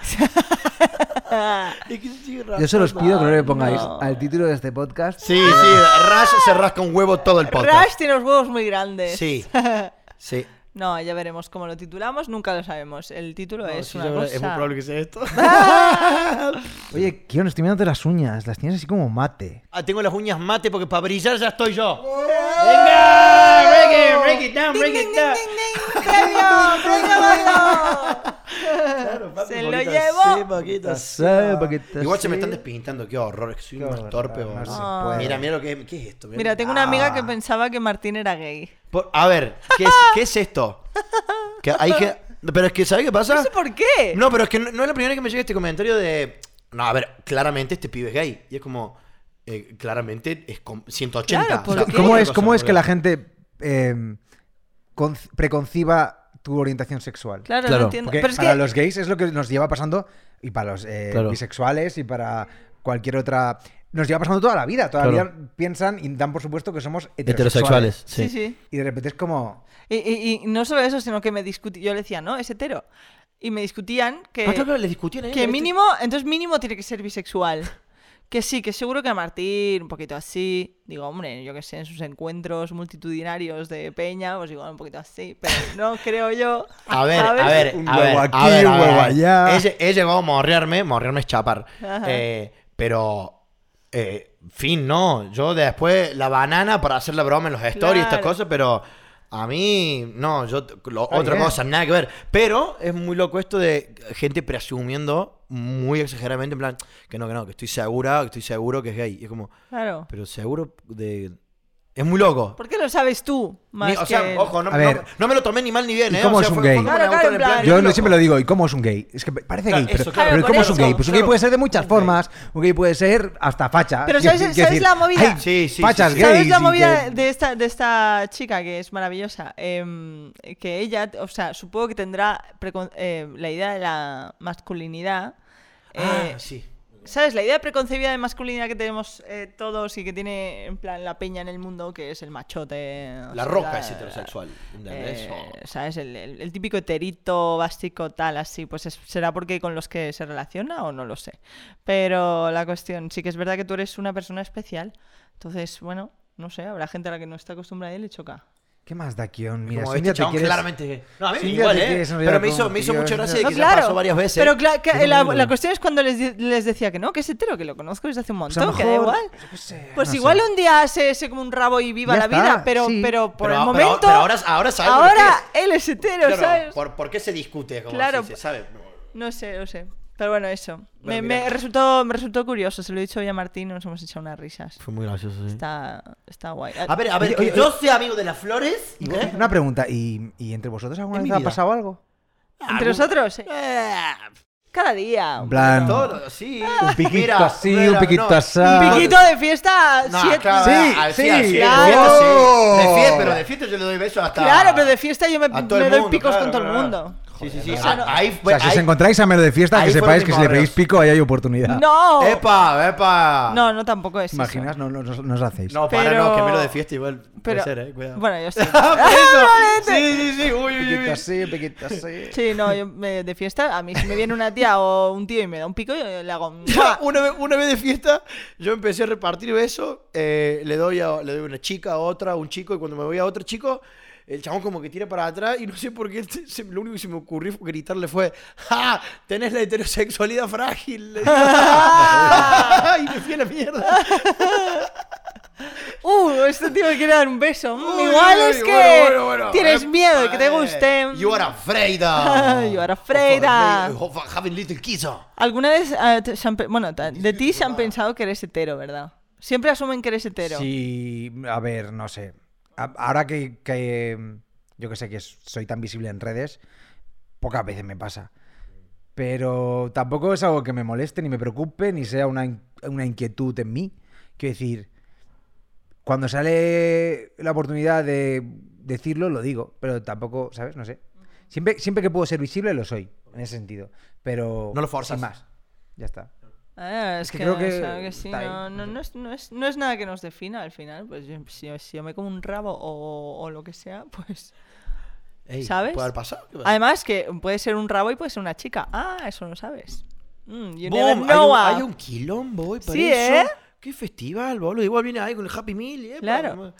[SPEAKER 2] Es que sí,
[SPEAKER 3] Yo se los pido que no le pongáis
[SPEAKER 1] No.
[SPEAKER 3] al título de este podcast.
[SPEAKER 2] Sí, sí, Rush se rasca un huevo todo el podcast.
[SPEAKER 1] Rash tiene los huevos muy grandes.
[SPEAKER 2] Sí, sí.
[SPEAKER 1] No, ya veremos cómo lo titulamos, nunca lo sabemos. El título
[SPEAKER 2] No,
[SPEAKER 1] es
[SPEAKER 2] sí,
[SPEAKER 1] una
[SPEAKER 2] ya verás,
[SPEAKER 1] cosa...
[SPEAKER 2] es muy probable que sea esto.
[SPEAKER 3] Oye, Kion, estoy mirándote las uñas, las tienes así como mate.
[SPEAKER 2] Ah, tengo las uñas mate porque para brillar ya estoy yo.
[SPEAKER 1] ¡Oh!
[SPEAKER 2] ¡Venga! ¡Break it, break it down, break it down!
[SPEAKER 1] ¡Premio! ¡Premio Mango! Se lo
[SPEAKER 2] Poquito
[SPEAKER 1] llevó.
[SPEAKER 2] así, poquito así.
[SPEAKER 3] Sabe, paquita,
[SPEAKER 2] Igual se me
[SPEAKER 3] sí.
[SPEAKER 2] están despintando, qué horror, es que soy
[SPEAKER 3] Qué
[SPEAKER 2] un
[SPEAKER 3] horror,
[SPEAKER 2] más torpe.
[SPEAKER 3] no
[SPEAKER 2] boludo.
[SPEAKER 3] se
[SPEAKER 1] Ah.
[SPEAKER 3] puede.
[SPEAKER 2] Mira, mira lo que es, ¿qué es esto?
[SPEAKER 1] Mira, tengo una amiga que pensaba que Martín era gay.
[SPEAKER 2] Por- a ver, ¿qué es, qué es esto? Que hay que... Pero es que, ¿sabes qué pasa?
[SPEAKER 1] No sé por qué.
[SPEAKER 2] Ah. No, pero es que no, no es la primera vez que me llega este comentario de. No, a ver, claramente este pibe es gay. Y es como. eh, claramente es com- 180.
[SPEAKER 1] Claro, ¿por
[SPEAKER 2] O sea,
[SPEAKER 1] qué?
[SPEAKER 3] ¿Cómo
[SPEAKER 2] otra
[SPEAKER 3] es,
[SPEAKER 2] cosa,
[SPEAKER 3] cómo es
[SPEAKER 2] boludo.
[SPEAKER 3] que la gente eh, con- preconciba tu orientación sexual?
[SPEAKER 1] Claro,
[SPEAKER 2] Claro,
[SPEAKER 1] no entiendo.
[SPEAKER 3] Porque
[SPEAKER 1] Pero es
[SPEAKER 3] para
[SPEAKER 1] que...
[SPEAKER 3] los gays es lo que nos lleva pasando y para los eh,
[SPEAKER 2] Claro.
[SPEAKER 3] bisexuales y para cualquier otra... Nos lleva pasando toda la vida. Todavía
[SPEAKER 2] Claro.
[SPEAKER 3] piensan y dan por supuesto que somos
[SPEAKER 2] Heterosexuales.
[SPEAKER 3] heterosexuales.
[SPEAKER 1] Sí,
[SPEAKER 2] Sí.
[SPEAKER 1] sí.
[SPEAKER 3] Y de repente es como...
[SPEAKER 1] Y, y- y no solo eso, sino que me discutí... Yo le decía, no, es hetero. Y me discutían que...
[SPEAKER 2] Ah, claro, claro, les discutían ahí,
[SPEAKER 1] Que
[SPEAKER 2] ¿viste?
[SPEAKER 1] mínimo, entonces mínimo tiene que ser bisexual. Que sí, que seguro que a Martín, un poquito así. Digo, hombre, yo que sé, en sus encuentros multitudinarios de Peña, pues igual un poquito así. Pero no creo yo.
[SPEAKER 2] A ver, a
[SPEAKER 1] ¿sabes?
[SPEAKER 2] ver,
[SPEAKER 3] Un
[SPEAKER 2] a
[SPEAKER 3] huevo
[SPEAKER 2] ver,
[SPEAKER 3] aquí,
[SPEAKER 2] a ver, a
[SPEAKER 3] un
[SPEAKER 2] ver,
[SPEAKER 3] huevo
[SPEAKER 2] a ver.
[SPEAKER 3] allá.
[SPEAKER 2] He, lle- he llegado a morrearme, morrearme es chapar.
[SPEAKER 1] Ajá.
[SPEAKER 2] Eh, pero. eh, fin, no. Yo después la banana para hacer la broma en los stories, y estas
[SPEAKER 1] Claro.
[SPEAKER 2] cosas, pero. A mí, no, yo t- lo-
[SPEAKER 3] Está
[SPEAKER 2] otra
[SPEAKER 3] bien.
[SPEAKER 2] cosa, nada que ver. Pero es muy loco esto de gente preasumiendo muy exageradamente, en plan, que no, que no, que estoy segura, que estoy seguro que es gay. Y es como,
[SPEAKER 1] Claro.
[SPEAKER 2] pero seguro de. Es muy loco.
[SPEAKER 1] ¿Por qué lo sabes tú? Más
[SPEAKER 2] Ni- o sea,
[SPEAKER 1] que él?
[SPEAKER 2] ojo, no,
[SPEAKER 3] A ver.
[SPEAKER 2] no- no me lo tomé ni mal ni bien,
[SPEAKER 3] ¿Y
[SPEAKER 2] ¿eh?
[SPEAKER 3] cómo
[SPEAKER 2] o sea,
[SPEAKER 3] es un
[SPEAKER 2] fue-
[SPEAKER 3] gay?
[SPEAKER 2] fue como
[SPEAKER 1] Claro,
[SPEAKER 2] una
[SPEAKER 1] claro,
[SPEAKER 2] auto-
[SPEAKER 1] en plan,
[SPEAKER 3] Yo
[SPEAKER 1] Qué
[SPEAKER 2] loco.
[SPEAKER 3] no- siempre lo digo, ¿y cómo es un gay? Es que parece
[SPEAKER 2] Claro,
[SPEAKER 3] gay,
[SPEAKER 2] eso,
[SPEAKER 3] pero,
[SPEAKER 2] claro,
[SPEAKER 3] pero
[SPEAKER 1] por
[SPEAKER 3] ¿cómo es un
[SPEAKER 1] eso,
[SPEAKER 3] gay? Pues un
[SPEAKER 2] claro.
[SPEAKER 3] gay puede ser de muchas
[SPEAKER 2] Un gay.
[SPEAKER 3] formas, un gay puede ser hasta facha.
[SPEAKER 1] Pero
[SPEAKER 3] Quiero
[SPEAKER 1] ¿sabes-
[SPEAKER 3] decir- quiero
[SPEAKER 1] sabes la movida?
[SPEAKER 2] Sí,
[SPEAKER 3] hay
[SPEAKER 2] sí, sí,
[SPEAKER 3] fachas
[SPEAKER 2] sí.
[SPEAKER 3] gays
[SPEAKER 1] ¿Sabes la
[SPEAKER 3] y
[SPEAKER 1] movida
[SPEAKER 3] que-
[SPEAKER 1] de, esta, de esta chica que es maravillosa? Em, que ella, o sea, supongo que tendrá precon- eh, la idea de la masculinidad. eh,
[SPEAKER 2] Ah, sí.
[SPEAKER 1] ¿Sabes? La idea preconcebida de masculinidad que tenemos eh, todos y que tiene en plan la peña en el mundo, que es el machote. o sea,
[SPEAKER 2] La roca es heterosexual. ¿entendés?
[SPEAKER 1] eh,
[SPEAKER 2] O-
[SPEAKER 1] ¿Sabes? El, el- el típico heterito, básico, tal, así. Pues es- será porque con los que se relaciona o no lo sé. Pero la cuestión, sí que es verdad que tú eres una persona especial. Entonces, bueno, no sé, habrá gente a la que no está acostumbrada y le choca.
[SPEAKER 3] ¿Qué más da, Kion? Mira,
[SPEAKER 2] como
[SPEAKER 3] si un
[SPEAKER 2] este
[SPEAKER 3] día te
[SPEAKER 2] chabón
[SPEAKER 3] quieres-
[SPEAKER 2] claramente es gay. No, a mí
[SPEAKER 3] si un día
[SPEAKER 2] igual,
[SPEAKER 3] te
[SPEAKER 2] ¿eh?
[SPEAKER 3] quieres enrollar
[SPEAKER 2] Pero me
[SPEAKER 3] con
[SPEAKER 2] hizo,
[SPEAKER 3] un
[SPEAKER 2] me hizo
[SPEAKER 3] tío,
[SPEAKER 2] mucha
[SPEAKER 3] no sé.
[SPEAKER 2] gracia que
[SPEAKER 1] No,
[SPEAKER 2] ya pasó varias veces.
[SPEAKER 1] Pero cla- que
[SPEAKER 3] Es lo
[SPEAKER 1] la,
[SPEAKER 3] mismo.
[SPEAKER 1] la cuestión es cuando les, di- les decía que no, que es hetero, que lo conozco desde hace un
[SPEAKER 3] Pues a
[SPEAKER 1] montón,
[SPEAKER 3] lo
[SPEAKER 1] que da
[SPEAKER 3] mejor-
[SPEAKER 1] igual.
[SPEAKER 3] yo qué sé,
[SPEAKER 1] Pues
[SPEAKER 3] no sé.
[SPEAKER 1] igual un día se, se como un rabo y viva
[SPEAKER 3] Ya
[SPEAKER 1] la
[SPEAKER 3] está,
[SPEAKER 1] vida, pero,
[SPEAKER 3] sí.
[SPEAKER 1] pero por
[SPEAKER 2] Pero- pero-
[SPEAKER 1] el momento.
[SPEAKER 2] pero ahora- ahora sabes lo que
[SPEAKER 1] ahora él es hetero,
[SPEAKER 2] Claro,
[SPEAKER 1] ¿sabes?
[SPEAKER 2] ¿por, por qué se discute? Como
[SPEAKER 1] Claro.
[SPEAKER 2] si se sabe.
[SPEAKER 1] No sé, no sé. Pero bueno, eso. me,
[SPEAKER 2] mira.
[SPEAKER 1] me resultó, me resultó curioso, se lo he dicho hoy a Martín, nos hemos echado unas risas.
[SPEAKER 2] Fue muy gracioso, sí.
[SPEAKER 1] Está, está guay.
[SPEAKER 2] A ver, a ver,
[SPEAKER 3] Oye,
[SPEAKER 2] que
[SPEAKER 3] oye,
[SPEAKER 2] yo soy amigo de las flores.
[SPEAKER 3] Y vos- Una pregunta, ¿y, y entre vosotros alguna
[SPEAKER 2] En
[SPEAKER 3] vez
[SPEAKER 2] mi
[SPEAKER 3] ha
[SPEAKER 2] vida. Ah,
[SPEAKER 3] pasado algo?
[SPEAKER 1] Entre nosotros, eh, cada día.
[SPEAKER 3] En
[SPEAKER 1] Un
[SPEAKER 3] plan,
[SPEAKER 2] Todo, sí.
[SPEAKER 3] un piquito así, un piquito así.
[SPEAKER 1] piquito de fiesta,
[SPEAKER 2] No,
[SPEAKER 1] siete-
[SPEAKER 2] claro,
[SPEAKER 3] Sí,
[SPEAKER 2] al-
[SPEAKER 3] sí,
[SPEAKER 2] al- al-
[SPEAKER 1] claro.
[SPEAKER 2] al- sí. De fiesta, pero de fiesta yo le doy besos hasta.
[SPEAKER 1] Claro, pero de fiesta yo me,
[SPEAKER 2] a todo el
[SPEAKER 1] me doy
[SPEAKER 2] mundo,
[SPEAKER 1] picos
[SPEAKER 2] claro,
[SPEAKER 1] con todo el
[SPEAKER 2] claro.
[SPEAKER 1] mundo.
[SPEAKER 2] Sí, sí, sí.
[SPEAKER 1] Eso
[SPEAKER 2] Ah,
[SPEAKER 1] no-
[SPEAKER 2] Ahí
[SPEAKER 3] O sea, si os
[SPEAKER 2] ahí-
[SPEAKER 3] encontráis a mero de fiesta,
[SPEAKER 2] ahí
[SPEAKER 3] que
[SPEAKER 2] fueron
[SPEAKER 3] sepáis
[SPEAKER 2] mis
[SPEAKER 3] que si le
[SPEAKER 2] morreos.
[SPEAKER 3] pedís pico ahí hay oportunidad.
[SPEAKER 1] No.
[SPEAKER 2] ¡Epa! ¡Epa!
[SPEAKER 1] No, no tampoco es. eso.
[SPEAKER 3] Imaginas, no, no, no- no os hacéis.
[SPEAKER 2] No, para,
[SPEAKER 1] Pero-
[SPEAKER 2] no, que me lo de fiesta igual.
[SPEAKER 1] Pero,
[SPEAKER 2] puede ser, eh, cuidado.
[SPEAKER 1] Bueno, este. yo sí.
[SPEAKER 2] Ah, por eso.
[SPEAKER 1] probablemente.
[SPEAKER 2] Sí, sí, sí. Uy, uy, uy.
[SPEAKER 3] Piquito así, piquito así.
[SPEAKER 1] Sí, no, yo me- de fiesta, a mí si me viene una tía o un tío y me da un pico, yo le hago... un-
[SPEAKER 2] Ja, una, vez, una vez de fiesta, yo empecé a repartir besos. eh, le, doy a, le doy a una chica, a otra, a un chico. Y cuando me voy a otro chico, el chabón como que tira para atrás. Y no sé por qué. se- se- lo único que se me ocurrió fue gritarle fue: ¡Ja! Tenés la heterosexualidad frágil. Le digo. y me fui a la mierda.
[SPEAKER 1] Uh, este tío me quiere dar un beso. Mm,
[SPEAKER 2] Uy,
[SPEAKER 1] Igual
[SPEAKER 2] uy,
[SPEAKER 1] es
[SPEAKER 2] uy,
[SPEAKER 1] que
[SPEAKER 2] bueno, bueno, bueno.
[SPEAKER 1] tienes
[SPEAKER 2] Epa,
[SPEAKER 1] miedo de que te
[SPEAKER 2] eh.
[SPEAKER 1] guste.
[SPEAKER 2] You are afraid. of-
[SPEAKER 1] You are afraid of-
[SPEAKER 2] of having little kids. oh.
[SPEAKER 1] ¿Alguna vez eh, te- se han pe- bueno, ta- de ti se han pensado que eres hetero, ¿verdad? Siempre asumen que eres hetero.
[SPEAKER 3] Sí, a ver, no sé. A- Ahora que, que, yo que sé que soy tan visible en redes, pocas veces me pasa. Pero tampoco es algo que me moleste, ni me preocupe, ni sea una, in- una inquietud en mí. Quiero decir, cuando sale la oportunidad de decirlo, lo digo, pero tampoco, ¿sabes? No sé. Siempre, siempre que puedo ser visible, lo soy, en ese sentido. Pero.
[SPEAKER 2] No lo forzas.
[SPEAKER 3] sin más. Ya está.
[SPEAKER 1] Ah, es
[SPEAKER 3] que
[SPEAKER 1] que,
[SPEAKER 3] creo
[SPEAKER 1] o
[SPEAKER 3] que
[SPEAKER 1] sea, que sí,
[SPEAKER 3] está ahí,
[SPEAKER 1] no,
[SPEAKER 3] no
[SPEAKER 1] no,
[SPEAKER 3] sé.
[SPEAKER 1] no es, no, es, no es nada que nos defina al final. Pues yo- si, yo- si yo me como un rabo o, o lo que sea, pues.
[SPEAKER 2] Ey,
[SPEAKER 1] ¿Sabes?
[SPEAKER 2] ¿Puede haber pasado? ¿Qué pasa?
[SPEAKER 1] Además, que puede ser un rabo y puede ser una chica. Ah, eso no sabes. Mm, you never
[SPEAKER 2] Boom, hay,
[SPEAKER 1] know
[SPEAKER 2] un,
[SPEAKER 1] ah.
[SPEAKER 2] hay un quilombo hoy para
[SPEAKER 1] Sí,
[SPEAKER 2] eso.
[SPEAKER 1] ¿eh?
[SPEAKER 2] Qué festival, boludo. Igual viene ahí con el Happy Meal. eh,
[SPEAKER 1] Claro.
[SPEAKER 2] pa-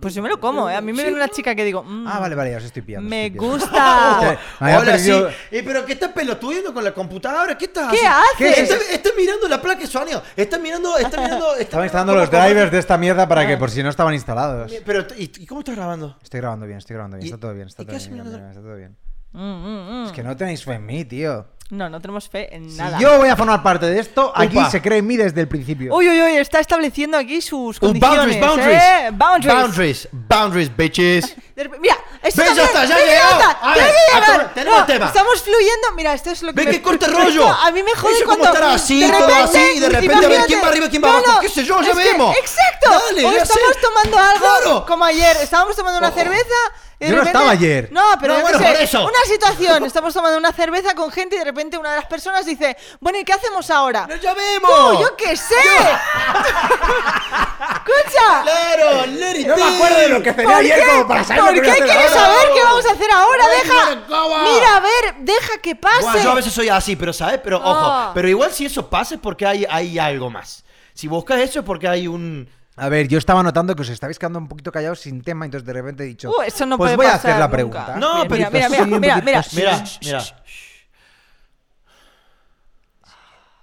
[SPEAKER 1] Pues yo me lo como, ¿eh? A mí me
[SPEAKER 2] Sí,
[SPEAKER 1] viene una
[SPEAKER 2] ¿no?
[SPEAKER 1] chica que digo. mm,
[SPEAKER 3] Ah, vale, vale, ya os estoy pillando. os
[SPEAKER 1] Me
[SPEAKER 3] estoy pillando.
[SPEAKER 1] gusta.
[SPEAKER 3] Me había
[SPEAKER 2] Hola,
[SPEAKER 3] perdido-
[SPEAKER 2] sí. Eh, pero ¿qué estás pelotudiendo con la computadora? ¿Qué estás
[SPEAKER 1] ¿Qué
[SPEAKER 2] haces?
[SPEAKER 1] haces?
[SPEAKER 2] Estás está mirando la placa de sonido. Estás mirando. Está mirando está
[SPEAKER 3] Estaba
[SPEAKER 2] mirando
[SPEAKER 3] instalando
[SPEAKER 2] cómo-
[SPEAKER 3] los drivers de esta mierda para que por si no estaban instalados.
[SPEAKER 2] Pero, ¿y, y cómo estás grabando?
[SPEAKER 3] Estoy grabando bien, estoy grabando bien,
[SPEAKER 2] ¿Y-
[SPEAKER 3] está todo bien, está
[SPEAKER 2] y qué
[SPEAKER 3] todo
[SPEAKER 2] haces
[SPEAKER 3] bien,
[SPEAKER 2] mirando-
[SPEAKER 3] mira, está todo bien.
[SPEAKER 1] mm, mm, mm.
[SPEAKER 3] Es que no tenéis fe en mí, tío.
[SPEAKER 1] No, no tenemos fe en nada.
[SPEAKER 3] Si yo voy a formar parte de esto, aquí
[SPEAKER 2] Upa.
[SPEAKER 3] se cree en mí desde el principio.
[SPEAKER 1] Uy, uy, uy, está estableciendo aquí sus
[SPEAKER 2] Uh,
[SPEAKER 1] condiciones.
[SPEAKER 2] boundaries, boundaries.
[SPEAKER 1] ¿eh? Boundaries.
[SPEAKER 2] Boundaries, boundaries, bitches.
[SPEAKER 1] De rep- Mira, esto
[SPEAKER 2] ¿Ves? Ya
[SPEAKER 1] también-
[SPEAKER 2] está, ya ha
[SPEAKER 1] ¿ves que
[SPEAKER 2] llegado.
[SPEAKER 1] está?
[SPEAKER 2] A
[SPEAKER 1] Tiene
[SPEAKER 2] ver,
[SPEAKER 1] que llegar.
[SPEAKER 2] acaba- tenemos
[SPEAKER 1] No,
[SPEAKER 2] tema.
[SPEAKER 1] Estamos fluyendo. Mira, esto es lo que.
[SPEAKER 2] Ve
[SPEAKER 1] me-
[SPEAKER 2] que corta
[SPEAKER 1] esto
[SPEAKER 2] rollo.
[SPEAKER 1] A mí me jode
[SPEAKER 2] Eso
[SPEAKER 1] cuando.
[SPEAKER 2] como estará así,
[SPEAKER 1] de
[SPEAKER 2] todo
[SPEAKER 1] repente,
[SPEAKER 2] así, y de repente a ver
[SPEAKER 1] imagínate-
[SPEAKER 2] quién va arriba, quién va
[SPEAKER 1] No,
[SPEAKER 2] abajo,
[SPEAKER 1] no,
[SPEAKER 2] qué sé yo, ya
[SPEAKER 1] es que-
[SPEAKER 2] vemos.
[SPEAKER 1] Exacto.
[SPEAKER 2] Dale,
[SPEAKER 1] O
[SPEAKER 2] ya
[SPEAKER 1] estamos
[SPEAKER 2] sé.
[SPEAKER 1] tomando algo.
[SPEAKER 2] Claro.
[SPEAKER 1] Como ayer. Estábamos tomando una cerveza. y de
[SPEAKER 3] Yo no estaba
[SPEAKER 1] repente-
[SPEAKER 3] ayer.
[SPEAKER 1] No, pero
[SPEAKER 2] No,
[SPEAKER 1] yo qué
[SPEAKER 2] bueno,
[SPEAKER 1] sé,
[SPEAKER 2] por eso.
[SPEAKER 1] Una situación. Estamos tomando una cerveza con gente y de repente una de las personas dice: Bueno, ¿y qué hacemos ahora?
[SPEAKER 2] ¡Nos llamemos!
[SPEAKER 1] Tú, yo qué sé. Escucha.
[SPEAKER 2] ¡Claro! let it
[SPEAKER 3] Yo me
[SPEAKER 2] be.
[SPEAKER 3] acuerdo de lo que cené ayer como para saber lo
[SPEAKER 1] ¿Por
[SPEAKER 3] que voy a
[SPEAKER 1] qué
[SPEAKER 3] hacer
[SPEAKER 1] quieres
[SPEAKER 3] ahora.
[SPEAKER 1] saber qué vamos a hacer ahora?
[SPEAKER 2] Ay,
[SPEAKER 1] Deja.
[SPEAKER 2] mira, cava.
[SPEAKER 1] Mira, a ver, deja que pase.
[SPEAKER 2] Buah, yo a veces soy así, pero ¿sabes? Pero ojo,
[SPEAKER 1] Ah.
[SPEAKER 2] pero igual si eso pasa es porque hay, hay algo más. Si buscas eso es porque hay un...
[SPEAKER 3] A ver, yo estaba notando que os estabais quedando un poquito callados sin tema, entonces de repente he dicho,
[SPEAKER 1] Uh, eso no
[SPEAKER 3] pues
[SPEAKER 1] puede
[SPEAKER 3] voy a
[SPEAKER 1] pasar
[SPEAKER 3] hacer la
[SPEAKER 1] nunca.
[SPEAKER 3] pregunta.
[SPEAKER 2] No,
[SPEAKER 1] Mira,
[SPEAKER 2] pero-
[SPEAKER 1] mira, mira,
[SPEAKER 3] Sí, un
[SPEAKER 1] mira,
[SPEAKER 3] poquito
[SPEAKER 1] mira.
[SPEAKER 3] así.
[SPEAKER 2] Mira,
[SPEAKER 3] Shh,
[SPEAKER 2] mira.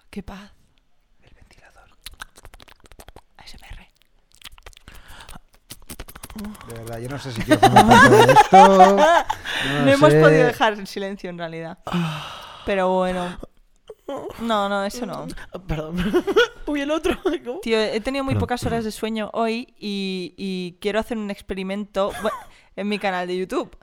[SPEAKER 1] Qué paz.
[SPEAKER 3] El ventilador.
[SPEAKER 1] ASMR.
[SPEAKER 3] De verdad, yo no sé si quiero formar parte de esto. No
[SPEAKER 1] No,
[SPEAKER 3] lo
[SPEAKER 1] hemos
[SPEAKER 3] sé.
[SPEAKER 1] podido dejar en silencio en realidad. Pero bueno. No, no, eso no.
[SPEAKER 2] Perdón. Uy, el otro. ¿Cómo?
[SPEAKER 1] Tío, he tenido muy pocas horas de sueño hoy y, y quiero hacer un experimento bu- en mi canal de YouTube.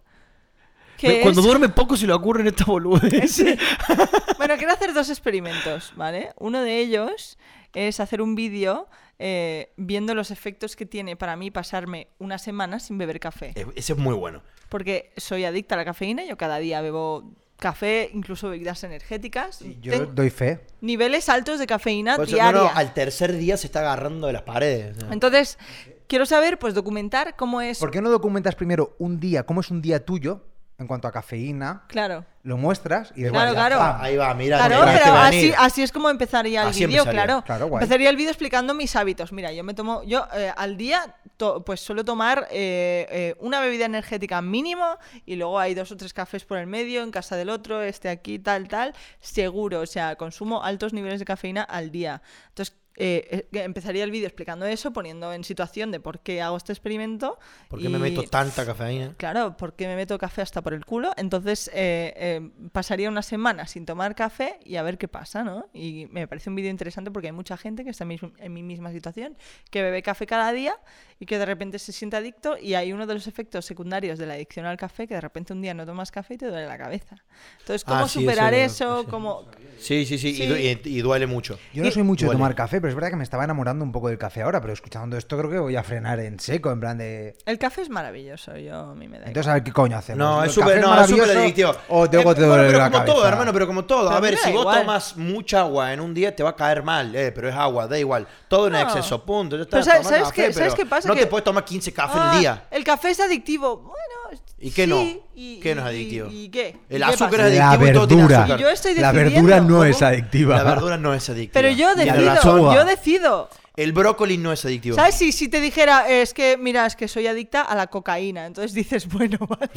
[SPEAKER 1] Que
[SPEAKER 2] Cuando
[SPEAKER 1] es-
[SPEAKER 2] duerme poco se le ocurren estas boludeces.
[SPEAKER 1] Bueno, quiero hacer dos experimentos, ¿vale? Uno de ellos es hacer un vídeo eh, viendo los efectos que tiene para mí pasarme una semana sin beber café.
[SPEAKER 2] Eh, Ese es muy bueno.
[SPEAKER 1] Porque soy adicta a la cafeína, yo cada día bebo café, incluso bebidas energéticas.
[SPEAKER 3] Yo
[SPEAKER 1] Tengo
[SPEAKER 3] doy fe.
[SPEAKER 1] niveles altos de cafeína
[SPEAKER 2] Por eso, Pues, no,
[SPEAKER 1] Ah, diaria.
[SPEAKER 2] no, al tercer día se está agarrando de las paredes.
[SPEAKER 1] Entonces, quiero saber, pues documentar cómo es...
[SPEAKER 3] ¿Por qué no documentas primero un día, cómo es un día tuyo en cuanto a cafeína?
[SPEAKER 1] Claro.
[SPEAKER 3] Lo muestras y de
[SPEAKER 1] Claro,
[SPEAKER 3] ya
[SPEAKER 1] claro.
[SPEAKER 3] está.
[SPEAKER 2] Ahí va, mira.
[SPEAKER 1] Claro,
[SPEAKER 2] mira,
[SPEAKER 1] pero
[SPEAKER 2] este
[SPEAKER 1] así,
[SPEAKER 2] venir.
[SPEAKER 1] así es como empezaría el
[SPEAKER 2] Así
[SPEAKER 1] vídeo,
[SPEAKER 2] empezaría,
[SPEAKER 1] claro.
[SPEAKER 3] claro, guay.
[SPEAKER 1] empezaría el vídeo explicando mis hábitos. Mira, yo me tomo, yo eh, al día to- pues suelo tomar eh, eh, una bebida energética mínimo y luego hay dos o tres cafés por el medio, en casa del otro, este aquí, tal, tal. Seguro, o sea, consumo altos niveles de cafeína al día. Entonces, eh, eh, empezaría el vídeo explicando eso, poniendo en situación de por qué hago este experimento.
[SPEAKER 2] ¿Por qué me
[SPEAKER 1] y-
[SPEAKER 2] meto tanta cafeína?
[SPEAKER 1] Claro, porque me meto café hasta por el culo. Entonces eh, eh, pasaría una semana sin tomar café y a ver qué pasa, ¿no? Y me parece un vídeo interesante porque hay mucha gente que está en mi, en mi misma situación, que bebe café cada día y que de repente se siente adicto y hay uno de los efectos secundarios de la adicción al café que de repente un día no tomas café y te duele la cabeza. Entonces, ¿cómo
[SPEAKER 2] Ah, sí,
[SPEAKER 1] superar
[SPEAKER 2] eso-
[SPEAKER 1] eso? ¿Cómo-
[SPEAKER 2] Sí, sí, sí.
[SPEAKER 1] Sí.
[SPEAKER 2] Y, du- y- y duele mucho.
[SPEAKER 3] Yo no soy mucho de
[SPEAKER 2] Duele.
[SPEAKER 3] tomar café, pero es verdad que me estaba enamorando un poco del café ahora, pero escuchando esto creo que voy a frenar en seco, en plan de...
[SPEAKER 1] El café es maravilloso, yo a mí me da igual.
[SPEAKER 3] Entonces a ver qué coño hacemos.
[SPEAKER 2] No, es
[SPEAKER 3] ¿El café
[SPEAKER 2] súper no, es
[SPEAKER 3] maravilloso
[SPEAKER 2] súper adictivo.
[SPEAKER 3] O tengo
[SPEAKER 2] Eh,
[SPEAKER 3] que te
[SPEAKER 2] bueno,
[SPEAKER 3] duele
[SPEAKER 2] pero
[SPEAKER 3] la
[SPEAKER 2] como
[SPEAKER 3] cabeza.
[SPEAKER 2] todo, hermano, pero como todo. a
[SPEAKER 1] Pero
[SPEAKER 2] ver,
[SPEAKER 1] mira,
[SPEAKER 2] si vos
[SPEAKER 1] igual.
[SPEAKER 2] tomas mucha agua en un día, te va a caer mal, eh, pero es agua, da igual. Todo en
[SPEAKER 1] No.
[SPEAKER 2] exceso, punto. Ya está,
[SPEAKER 1] Pero ¿sabes-
[SPEAKER 2] tomar
[SPEAKER 1] sabes
[SPEAKER 2] café,
[SPEAKER 1] qué- sabes
[SPEAKER 2] pero
[SPEAKER 1] qué pasa?
[SPEAKER 2] No
[SPEAKER 1] Que-
[SPEAKER 2] te puedes tomar 15 cafés en
[SPEAKER 1] Ah,
[SPEAKER 2] el día.
[SPEAKER 1] El café es adictivo. Bueno,
[SPEAKER 2] ¿Y qué
[SPEAKER 1] sí,
[SPEAKER 2] no?
[SPEAKER 1] y-
[SPEAKER 2] ¿Qué no es
[SPEAKER 1] y-
[SPEAKER 2] adictivo?
[SPEAKER 1] ¿Y qué? ¿Y
[SPEAKER 2] El
[SPEAKER 1] qué
[SPEAKER 2] azúcar
[SPEAKER 1] pasa?
[SPEAKER 2] es adictivo
[SPEAKER 3] La
[SPEAKER 2] y todo tiene
[SPEAKER 3] verdura.
[SPEAKER 2] azúcar.
[SPEAKER 1] Y yo estoy
[SPEAKER 3] La
[SPEAKER 1] decidiendo,
[SPEAKER 3] verdura no
[SPEAKER 1] ¿cómo?
[SPEAKER 3] es adictiva.
[SPEAKER 2] La verdura no es adictiva.
[SPEAKER 1] Pero yo
[SPEAKER 2] Tiene
[SPEAKER 1] decido,
[SPEAKER 2] razón.
[SPEAKER 3] uva.
[SPEAKER 1] yo decido.
[SPEAKER 2] El brócoli no es adictivo.
[SPEAKER 1] ¿Sabes? Si, si te dijera, eh, es que, mira, es que soy adicta a la cocaína, entonces dices, bueno, vale,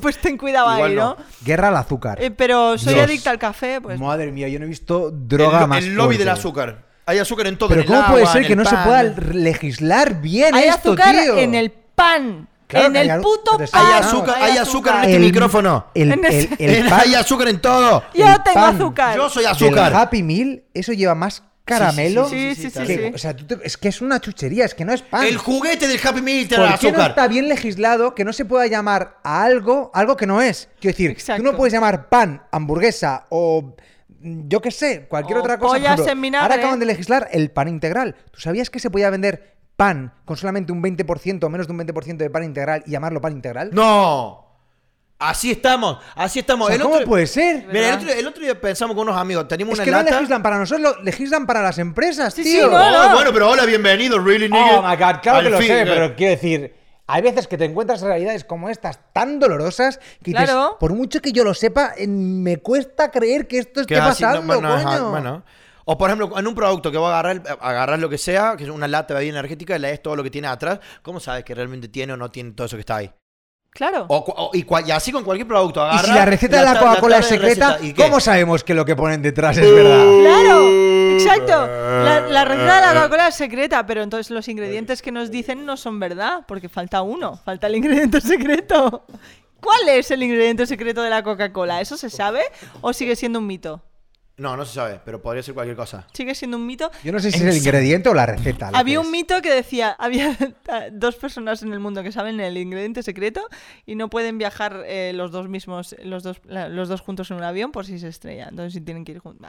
[SPEAKER 1] pues ten cuidado
[SPEAKER 2] Igual
[SPEAKER 1] ahí,
[SPEAKER 2] no.
[SPEAKER 1] ¿no?
[SPEAKER 3] Guerra al azúcar.
[SPEAKER 1] Eh, pero soy
[SPEAKER 3] Dios.
[SPEAKER 1] adicta al café, pues...
[SPEAKER 3] Madre mía, yo no he visto
[SPEAKER 2] El,
[SPEAKER 3] droga
[SPEAKER 2] lo-
[SPEAKER 3] más
[SPEAKER 2] el lobby
[SPEAKER 3] fuerte.
[SPEAKER 2] del azúcar. Hay azúcar en todo. en
[SPEAKER 3] Pero
[SPEAKER 2] el
[SPEAKER 3] ¿cómo puede
[SPEAKER 2] agua, en
[SPEAKER 3] ser que
[SPEAKER 2] el
[SPEAKER 3] no se
[SPEAKER 2] pan.
[SPEAKER 3] pueda legislar bien
[SPEAKER 1] Hay
[SPEAKER 3] esto,
[SPEAKER 1] azúcar
[SPEAKER 3] tío?
[SPEAKER 1] en el pan.
[SPEAKER 3] Claro
[SPEAKER 1] en
[SPEAKER 3] que hay
[SPEAKER 1] el
[SPEAKER 3] al-
[SPEAKER 1] puto
[SPEAKER 3] pero
[SPEAKER 1] pan.
[SPEAKER 3] está-
[SPEAKER 2] Hay
[SPEAKER 3] Ah, no,
[SPEAKER 2] azúcar, hay azúcar en
[SPEAKER 3] El-
[SPEAKER 2] este micrófono.
[SPEAKER 3] El,
[SPEAKER 1] En
[SPEAKER 3] el-
[SPEAKER 1] ese-
[SPEAKER 3] el pan
[SPEAKER 2] Hay azúcar en todo.
[SPEAKER 1] Yo
[SPEAKER 3] el
[SPEAKER 1] tengo
[SPEAKER 3] pan.
[SPEAKER 1] azúcar.
[SPEAKER 2] Yo soy
[SPEAKER 3] del
[SPEAKER 2] azúcar.
[SPEAKER 3] Happy Meal, eso lleva más caramelo.
[SPEAKER 1] Sí, sí, sí,
[SPEAKER 2] tal
[SPEAKER 1] sí,
[SPEAKER 3] que-
[SPEAKER 2] cual.
[SPEAKER 1] sí.
[SPEAKER 3] O sea, tú te- es que es una chuchería, es que no es pan.
[SPEAKER 2] El juguete del Happy Meal tiene
[SPEAKER 3] ¿Por qué no
[SPEAKER 2] azúcar.
[SPEAKER 3] está bien legislado que no se pueda llamar a algo algo que no es? Quiero decir, tú no
[SPEAKER 1] Exacto.
[SPEAKER 3] puedes llamar pan, hamburguesa o mm, yo qué sé, cualquier
[SPEAKER 1] O
[SPEAKER 3] otra cosa. por
[SPEAKER 1] pollas
[SPEAKER 3] ejemplo,
[SPEAKER 1] en vinagre.
[SPEAKER 3] ahora acaban de legislar el pan integral. ¿Tú sabías que se podía vender pan con solamente un 20% o menos de un 20% de pan integral y llamarlo pan integral?
[SPEAKER 2] ¡No! Así estamos, así estamos.
[SPEAKER 3] O sea,
[SPEAKER 2] El
[SPEAKER 3] ¿Cómo
[SPEAKER 2] otro-
[SPEAKER 3] puede ser?
[SPEAKER 2] Mira, el otro, el otro día pensamos con unos amigos, teníamos
[SPEAKER 3] Es
[SPEAKER 2] una
[SPEAKER 3] que no
[SPEAKER 2] lata.
[SPEAKER 3] legislan para nosotros, lo- legislan para las empresas,
[SPEAKER 1] Sí,
[SPEAKER 3] tío.
[SPEAKER 1] sí, no, no.
[SPEAKER 2] Oh, bueno, pero hola, bienvenido, really nigga.
[SPEAKER 3] Oh my god, claro
[SPEAKER 2] Al
[SPEAKER 3] que lo
[SPEAKER 2] fin,
[SPEAKER 3] sé,
[SPEAKER 2] eh.
[SPEAKER 3] pero quiero decir, hay veces que te encuentras realidades como estas tan dolorosas que dices,
[SPEAKER 1] Claro.
[SPEAKER 3] por mucho que yo lo sepa, eh, me cuesta creer que esto esté
[SPEAKER 2] Que así, no,
[SPEAKER 3] pasando,
[SPEAKER 2] bueno,
[SPEAKER 3] coño.
[SPEAKER 2] ajá, bueno. O por ejemplo, en un producto que vos agarrar agarras lo que sea, que es una lata de bebida energética, lees todo lo que tiene atrás, ¿cómo sabes que realmente tiene o no tiene todo eso que está ahí?
[SPEAKER 1] Claro.
[SPEAKER 2] O cu- o- y, cua- y así con cualquier producto.
[SPEAKER 3] Y
[SPEAKER 2] Agarras,
[SPEAKER 3] si la receta de la
[SPEAKER 2] ta-
[SPEAKER 3] Coca-Cola es
[SPEAKER 2] tabla de
[SPEAKER 3] secreta,
[SPEAKER 2] receta, ¿y qué? Uh.
[SPEAKER 3] ¿cómo sabemos que lo que ponen detrás es verdad?
[SPEAKER 1] Claro, exacto. La,
[SPEAKER 2] Ah,
[SPEAKER 1] la receta de la Coca-Cola es secreta, pero entonces los ingredientes que nos dicen no son verdad, porque falta uno, falta el ingrediente secreto. ¿Cuál es el ingrediente secreto de la Coca-Cola? ¿Eso se sabe o sigue siendo un mito?
[SPEAKER 2] No, no se sabe, pero podría ser cualquier cosa.
[SPEAKER 1] Sigue siendo un mito.
[SPEAKER 3] Yo no sé si es el ingrediente o la receta. lo
[SPEAKER 1] Había
[SPEAKER 2] pues.
[SPEAKER 3] que
[SPEAKER 1] un
[SPEAKER 3] es.
[SPEAKER 1] mito que decía, había dos personas en el mundo que saben el ingrediente secreto y no pueden viajar eh, los dos mismos, los dos, la- los dos juntos en un avión por si se estrella. Entonces si tienen que ir juntos.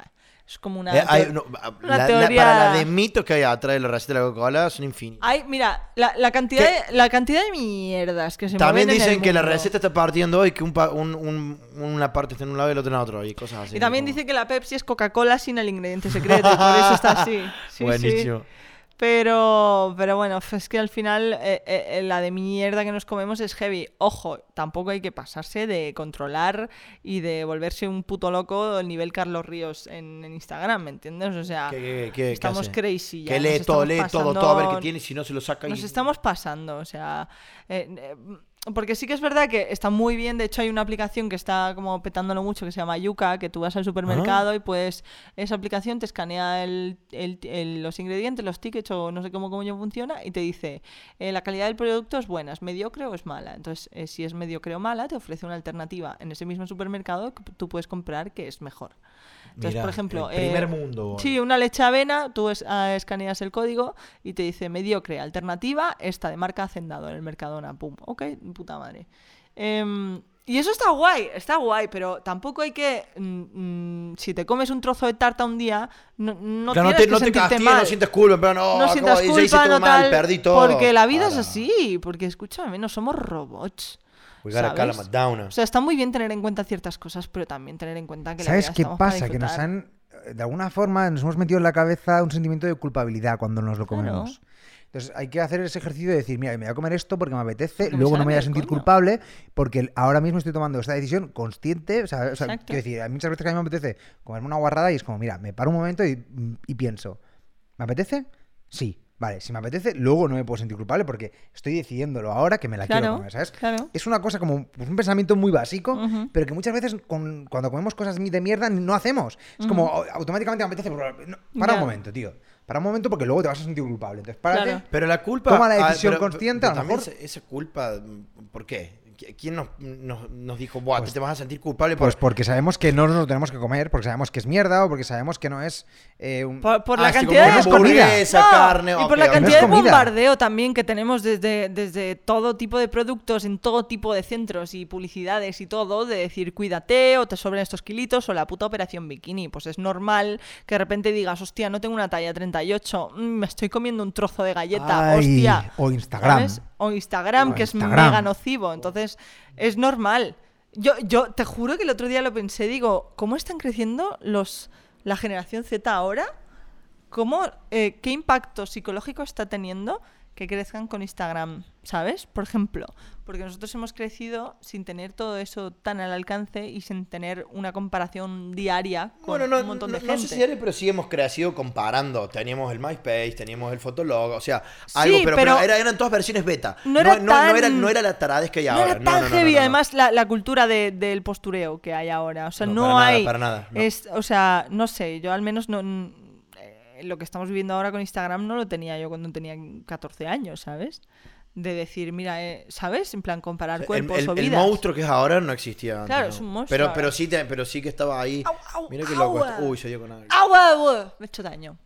[SPEAKER 1] Es como una...
[SPEAKER 2] Eh, hay-
[SPEAKER 1] teo-
[SPEAKER 2] no, a-
[SPEAKER 1] una
[SPEAKER 2] la- la-
[SPEAKER 1] teoría- Ah,
[SPEAKER 2] para la de mitos que hay atrás de la receta de la Coca-Cola son infinitos.
[SPEAKER 1] Ay, mira, la, la cantidad de, la cantidad de mierdas que se
[SPEAKER 2] También
[SPEAKER 1] mueven en el
[SPEAKER 2] dicen que la
[SPEAKER 1] mundo.
[SPEAKER 2] receta está partiendo y que un pa- un- un- una parte está en un lado y la otra en otro y cosas así.
[SPEAKER 1] Y también
[SPEAKER 2] como-
[SPEAKER 1] dicen que la Pepsi es Coca-Cola sin el ingrediente secreto, y por eso está así. Sí, sí.
[SPEAKER 2] Buenísimo.
[SPEAKER 1] Pero, pero bueno, f- es que al final eh, eh, eh, la de mierda que nos comemos es heavy. Ojo, tampoco hay que pasarse de controlar y de volverse un puto loco nivel Carlos Ríos en, en Instagram, ¿me entiendes? O sea,
[SPEAKER 2] ¿Qué- qué- qué- qué
[SPEAKER 1] Ah, estamos
[SPEAKER 2] hace?
[SPEAKER 1] crazy ya.
[SPEAKER 2] Que
[SPEAKER 1] nos
[SPEAKER 2] lee todo,
[SPEAKER 1] estamos
[SPEAKER 2] lee todo,
[SPEAKER 1] pasando-
[SPEAKER 2] todo a ver qué tiene, si no se lo saca
[SPEAKER 1] Nos
[SPEAKER 2] y...
[SPEAKER 1] estamos pasando, o sea. eh, eh, porque sí que es verdad que está muy bien, de hecho hay una aplicación que está como petándolo mucho que se llama Yuka, que tú vas al
[SPEAKER 2] Ah.
[SPEAKER 1] supermercado y pues esa aplicación te escanea el- el- el- los ingredientes, los tickets o no sé cómo coño funciona y te dice eh, la calidad del producto es buena, es mediocre o es mala. Entonces eh, si es mediocre o mala te ofrece una alternativa en ese mismo supermercado que tú puedes comprar que es mejor. Entonces,
[SPEAKER 2] Mira,
[SPEAKER 1] pues, por ejemplo...
[SPEAKER 2] el primer
[SPEAKER 1] eh,
[SPEAKER 2] mundo, bueno.
[SPEAKER 1] Sí, una leche avena, tú es- ah, escaneas el código y te dice mediocre, alternativa, esta de marca Hacendado en el Mercadona. Pum, ok, puta madre. Em, y eso está guay, está guay, pero tampoco hay que. mm, mm, si te comes un trozo de tarta un día, no, no
[SPEAKER 2] Claro, no
[SPEAKER 1] tienes
[SPEAKER 2] te, no
[SPEAKER 1] que
[SPEAKER 2] te
[SPEAKER 1] sentirte
[SPEAKER 2] castigues,
[SPEAKER 1] mal
[SPEAKER 2] no sientes culpa, en plan, no,
[SPEAKER 1] no sientas
[SPEAKER 2] acabo de- ya hice
[SPEAKER 1] culpa,
[SPEAKER 2] todo
[SPEAKER 1] no
[SPEAKER 2] mal,
[SPEAKER 1] tal,
[SPEAKER 2] perdí todo.
[SPEAKER 1] Porque la vida es
[SPEAKER 2] Ahora,
[SPEAKER 1] así, porque escúchame, no somos robots.
[SPEAKER 2] We gotta
[SPEAKER 1] ¿sabes?
[SPEAKER 2] calm it down.
[SPEAKER 1] O sea, está muy bien tener en cuenta ciertas cosas, pero también tener en cuenta que la
[SPEAKER 3] ¿Sabes
[SPEAKER 1] vida
[SPEAKER 3] qué
[SPEAKER 1] estamos para
[SPEAKER 3] pasa? Que nos
[SPEAKER 1] disfrutar.
[SPEAKER 3] han, de alguna forma, nos hemos metido en la cabeza un sentimiento de culpabilidad cuando nos lo
[SPEAKER 1] Claro.
[SPEAKER 3] comemos. Entonces hay que hacer ese ejercicio de decir, mira, me voy a comer esto porque me apetece,
[SPEAKER 1] Porque me
[SPEAKER 3] luego no
[SPEAKER 1] sabe
[SPEAKER 3] me voy a
[SPEAKER 1] del
[SPEAKER 3] sentir
[SPEAKER 1] coño".
[SPEAKER 3] culpable, porque el- ahora mismo estoy tomando esta decisión consciente. O sea, o sea,
[SPEAKER 1] Exacto.
[SPEAKER 3] quiero decir, hay muchas veces que a mí me apetece comerme una guarrada y es como, mira, me paro un momento y, y pienso, ¿me apetece? Sí. Vale, si me apetece, luego no me puedo sentir culpable porque estoy decidiéndolo ahora que me la quiero
[SPEAKER 1] Claro,
[SPEAKER 3] comer, ¿sabes?
[SPEAKER 1] claro.
[SPEAKER 3] Es una cosa como pues, un pensamiento muy básico,
[SPEAKER 1] Ujú.
[SPEAKER 3] pero que muchas veces con- cuando comemos cosas de mierda no hacemos. Es como au- automáticamente me apetece. pero no, para un
[SPEAKER 1] Ya.
[SPEAKER 3] momento, tío. Para un momento porque luego te vas a sentir culpable. Entonces, párate.
[SPEAKER 1] Claro.
[SPEAKER 2] Pero la culpa...
[SPEAKER 3] Toma la
[SPEAKER 2] ah,
[SPEAKER 3] decisión
[SPEAKER 2] pero-
[SPEAKER 3] consciente,
[SPEAKER 2] pero
[SPEAKER 3] a lo
[SPEAKER 2] también
[SPEAKER 3] mejor.
[SPEAKER 2] esa- Esa culpa, ¿por qué? ¿Quién nos, nos, nos dijo, Buah, te vas a sentir culpable por
[SPEAKER 3] Pues porque sabemos que no nos lo tenemos que comer, porque sabemos que es mierda o porque sabemos que no es eh, un-
[SPEAKER 1] Por, por
[SPEAKER 2] Ah,
[SPEAKER 1] la
[SPEAKER 2] sí,
[SPEAKER 1] cantidad
[SPEAKER 2] como
[SPEAKER 1] de
[SPEAKER 3] no es comida.
[SPEAKER 2] hamburguesa,
[SPEAKER 1] No,
[SPEAKER 2] carne,
[SPEAKER 1] y
[SPEAKER 2] ok,
[SPEAKER 1] por la
[SPEAKER 2] ok.
[SPEAKER 1] cantidad de
[SPEAKER 3] No es comida.
[SPEAKER 1] bombardeo también que tenemos desde, desde todo tipo de productos, en todo tipo de centros y publicidades y todo, de decir cuídate o te sobran estos kilitos o la puta operación bikini. Pues es normal que de repente digas, hostia, no tengo una talla 38, mm, me estoy comiendo un trozo de galleta,
[SPEAKER 3] Ay,
[SPEAKER 1] hostia.
[SPEAKER 3] o Instagram.
[SPEAKER 1] ¿Sabes? O Instagram,
[SPEAKER 3] O
[SPEAKER 1] que es
[SPEAKER 3] Instagram.
[SPEAKER 1] mega nocivo. Entonces, es normal. Yo, yo te juro que el otro día lo pensé, digo, ¿cómo están creciendo los la generación Z ahora? ¿Cómo, eh, ¿Qué impacto psicológico está teniendo que crezcan con Instagram? ¿Sabes? Por ejemplo, porque nosotros hemos crecido sin tener todo eso tan al alcance y sin tener una comparación diaria con
[SPEAKER 2] Bueno, no,
[SPEAKER 1] un montón
[SPEAKER 2] no-
[SPEAKER 1] de
[SPEAKER 2] no
[SPEAKER 1] gente.
[SPEAKER 2] sé si eres, pero sí hemos crecido comparando. Teníamos el MySpace, teníamos el Fotolog, o sea,
[SPEAKER 1] Sí,
[SPEAKER 2] algo, pero, pero
[SPEAKER 1] pero-
[SPEAKER 2] era- eran todas versiones beta.
[SPEAKER 1] No era tan-
[SPEAKER 2] era, no era la taradez que hay
[SPEAKER 1] No
[SPEAKER 2] ahora.
[SPEAKER 1] era tan
[SPEAKER 2] no, no,
[SPEAKER 1] heavy,
[SPEAKER 2] no, no.
[SPEAKER 1] además, la, la cultura de- del postureo que hay ahora. O sea,
[SPEAKER 2] No,
[SPEAKER 1] no,
[SPEAKER 2] para nada,
[SPEAKER 1] hay.
[SPEAKER 2] para nada, no.
[SPEAKER 1] Es, o sea, no sé, yo al menos no. n- eh, Lo que estamos viviendo ahora con Instagram no lo tenía yo cuando tenía 14 años, ¿sabes? De decir, mira, eh, ¿sabes? En plan, comparar
[SPEAKER 2] El,
[SPEAKER 1] cuerpos
[SPEAKER 2] el-
[SPEAKER 1] o
[SPEAKER 2] el
[SPEAKER 1] vidas.
[SPEAKER 2] monstruo que es ahora no existía antes,
[SPEAKER 1] Claro,
[SPEAKER 2] ¿no?
[SPEAKER 1] es un monstruo
[SPEAKER 2] Pero,
[SPEAKER 1] ahora.
[SPEAKER 2] pero, sí, te- pero sí que estaba ahí.
[SPEAKER 1] Au, au,
[SPEAKER 2] Mira qué loco.
[SPEAKER 1] au.
[SPEAKER 2] esto. Uy, se dio con algo.
[SPEAKER 1] ¡Agua! Me he hecho daño.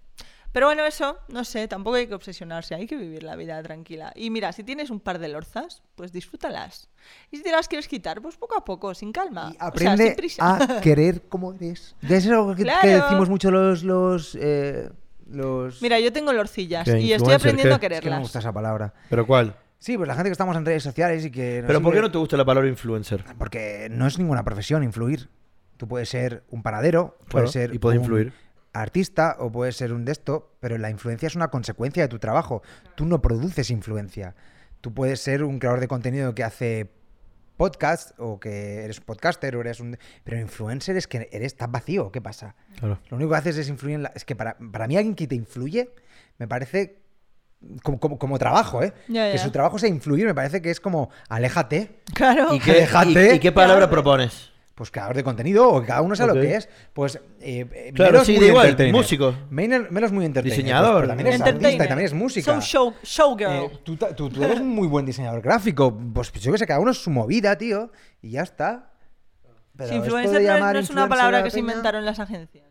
[SPEAKER 1] Pero bueno, eso, no sé, tampoco hay que obsesionarse, hay que vivir la vida tranquila. Y mira, si tienes un par de lorzas, pues disfrútalas. Y si te las quieres quitar, pues poco a poco, sin calma.
[SPEAKER 3] Y
[SPEAKER 1] O sea,
[SPEAKER 3] aprende
[SPEAKER 1] sin prisa.
[SPEAKER 3] a querer como eres. Que eso es algo que, que
[SPEAKER 1] Claro.
[SPEAKER 3] decimos mucho los. los, eh, los-
[SPEAKER 1] Mira, yo tengo lorcillas
[SPEAKER 2] Qué
[SPEAKER 1] y estoy
[SPEAKER 2] influencer,
[SPEAKER 1] aprendiendo a
[SPEAKER 2] ¿qué?
[SPEAKER 3] es que no me
[SPEAKER 1] quererlas.
[SPEAKER 3] gusta esa palabra.
[SPEAKER 2] ¿Pero cuál?
[SPEAKER 3] Sí, pues la gente que estamos en redes sociales y que. nos
[SPEAKER 2] ¿Pero por
[SPEAKER 3] sigue-
[SPEAKER 2] qué no te gusta la palabra influencer?
[SPEAKER 3] Porque no es ninguna profesión influir. Tú puedes ser un panadero,
[SPEAKER 2] Claro,
[SPEAKER 3] puedes ser
[SPEAKER 2] y puedes
[SPEAKER 3] un
[SPEAKER 2] influir.
[SPEAKER 3] artista o puedes ser un de esto, pero la influencia es una consecuencia de tu trabajo. Tú no produces influencia. Tú puedes ser un creador de contenido que hace podcast o que eres podcaster o eres un... Pero influencer es que eres tan vacío, ¿qué pasa?
[SPEAKER 2] Claro.
[SPEAKER 3] Lo único que haces es influir en la... Es que para, para mí alguien que te influye me parece como, como, como trabajo, ¿eh?
[SPEAKER 1] Ya, ya.
[SPEAKER 3] Que su trabajo sea influir, me parece que es como aléjate.
[SPEAKER 1] Claro.
[SPEAKER 2] ¿Y qué,
[SPEAKER 3] Déjate.
[SPEAKER 2] y- y qué palabra propones?
[SPEAKER 3] Pues creador de contenido o que cada uno sabe
[SPEAKER 2] Ok.
[SPEAKER 3] lo que es. Pues eh, eh,
[SPEAKER 2] Claro,
[SPEAKER 3] Melo es
[SPEAKER 2] sí,
[SPEAKER 3] muy
[SPEAKER 2] da igual,
[SPEAKER 3] entertainer.
[SPEAKER 2] músico.
[SPEAKER 3] Melo Melo es muy entertainer.
[SPEAKER 2] Diseñador,
[SPEAKER 3] pues, pero también es
[SPEAKER 1] Entertainer.
[SPEAKER 3] artista y también es música.
[SPEAKER 1] Soy show, showgirl.
[SPEAKER 3] Eh, tú, ta- tú- tú eres un muy buen diseñador gráfico. Pues yo que sé, cada uno es su movida, tío. Y ya está. Pero
[SPEAKER 1] Sí,
[SPEAKER 3] esto de
[SPEAKER 1] influencer no es- no,
[SPEAKER 3] llamar
[SPEAKER 1] es una
[SPEAKER 3] influencer a
[SPEAKER 1] palabra
[SPEAKER 3] la
[SPEAKER 1] que se
[SPEAKER 3] peña
[SPEAKER 1] inventaron las agencias.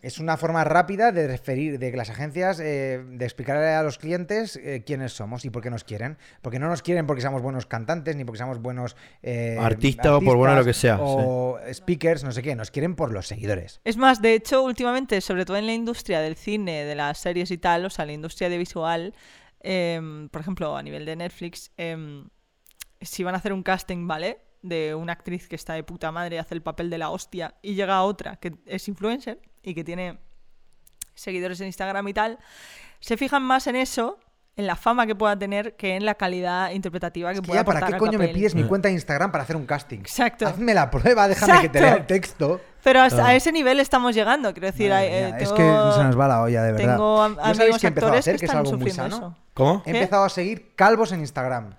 [SPEAKER 3] Es una forma rápida de referir, de que las agencias, eh, de explicarle a los clientes eh, quiénes somos y por qué nos quieren. Porque no nos quieren porque seamos buenos cantantes, ni porque seamos buenos eh,
[SPEAKER 2] Artista o por bueno lo que sea,
[SPEAKER 3] O speakers, no sé qué. Nos quieren por los seguidores.
[SPEAKER 1] Es más, de hecho, últimamente, sobre todo en la industria del cine, de las series y tal, o sea, la industria de visual, em, por ejemplo, a nivel de Netflix, em, si van a hacer un casting, ¿vale? De una actriz que está de puta madre, hace el papel de la hostia, y llega otra que es influencer y que tiene seguidores en Instagram y tal, se fijan más en eso, en la fama que pueda tener, que en la calidad interpretativa que
[SPEAKER 3] Es que
[SPEAKER 1] pueda
[SPEAKER 3] ya, ¿para
[SPEAKER 1] aportar
[SPEAKER 3] qué
[SPEAKER 1] al
[SPEAKER 3] coño me
[SPEAKER 1] papel.
[SPEAKER 2] Mm.
[SPEAKER 3] pides mi cuenta de Instagram para hacer un casting?
[SPEAKER 1] Exacto.
[SPEAKER 3] Hazme la prueba, déjame que te lea el
[SPEAKER 1] Exacto.
[SPEAKER 3] texto.
[SPEAKER 1] Pero a, a ese nivel estamos llegando, quiero decir,
[SPEAKER 3] Madre
[SPEAKER 1] hay- eh,
[SPEAKER 3] mía, es
[SPEAKER 1] tengo-
[SPEAKER 3] que se nos va la olla, de verdad.
[SPEAKER 1] tengo am-
[SPEAKER 3] Yo sabéis
[SPEAKER 1] amigos
[SPEAKER 3] que he empezado a
[SPEAKER 1] actores que
[SPEAKER 3] hacer, que es
[SPEAKER 1] están
[SPEAKER 3] algo muy
[SPEAKER 1] sufriendo
[SPEAKER 3] sano.
[SPEAKER 1] eso.
[SPEAKER 2] ¿Cómo?
[SPEAKER 3] He empezado a seguir calvos en Instagram.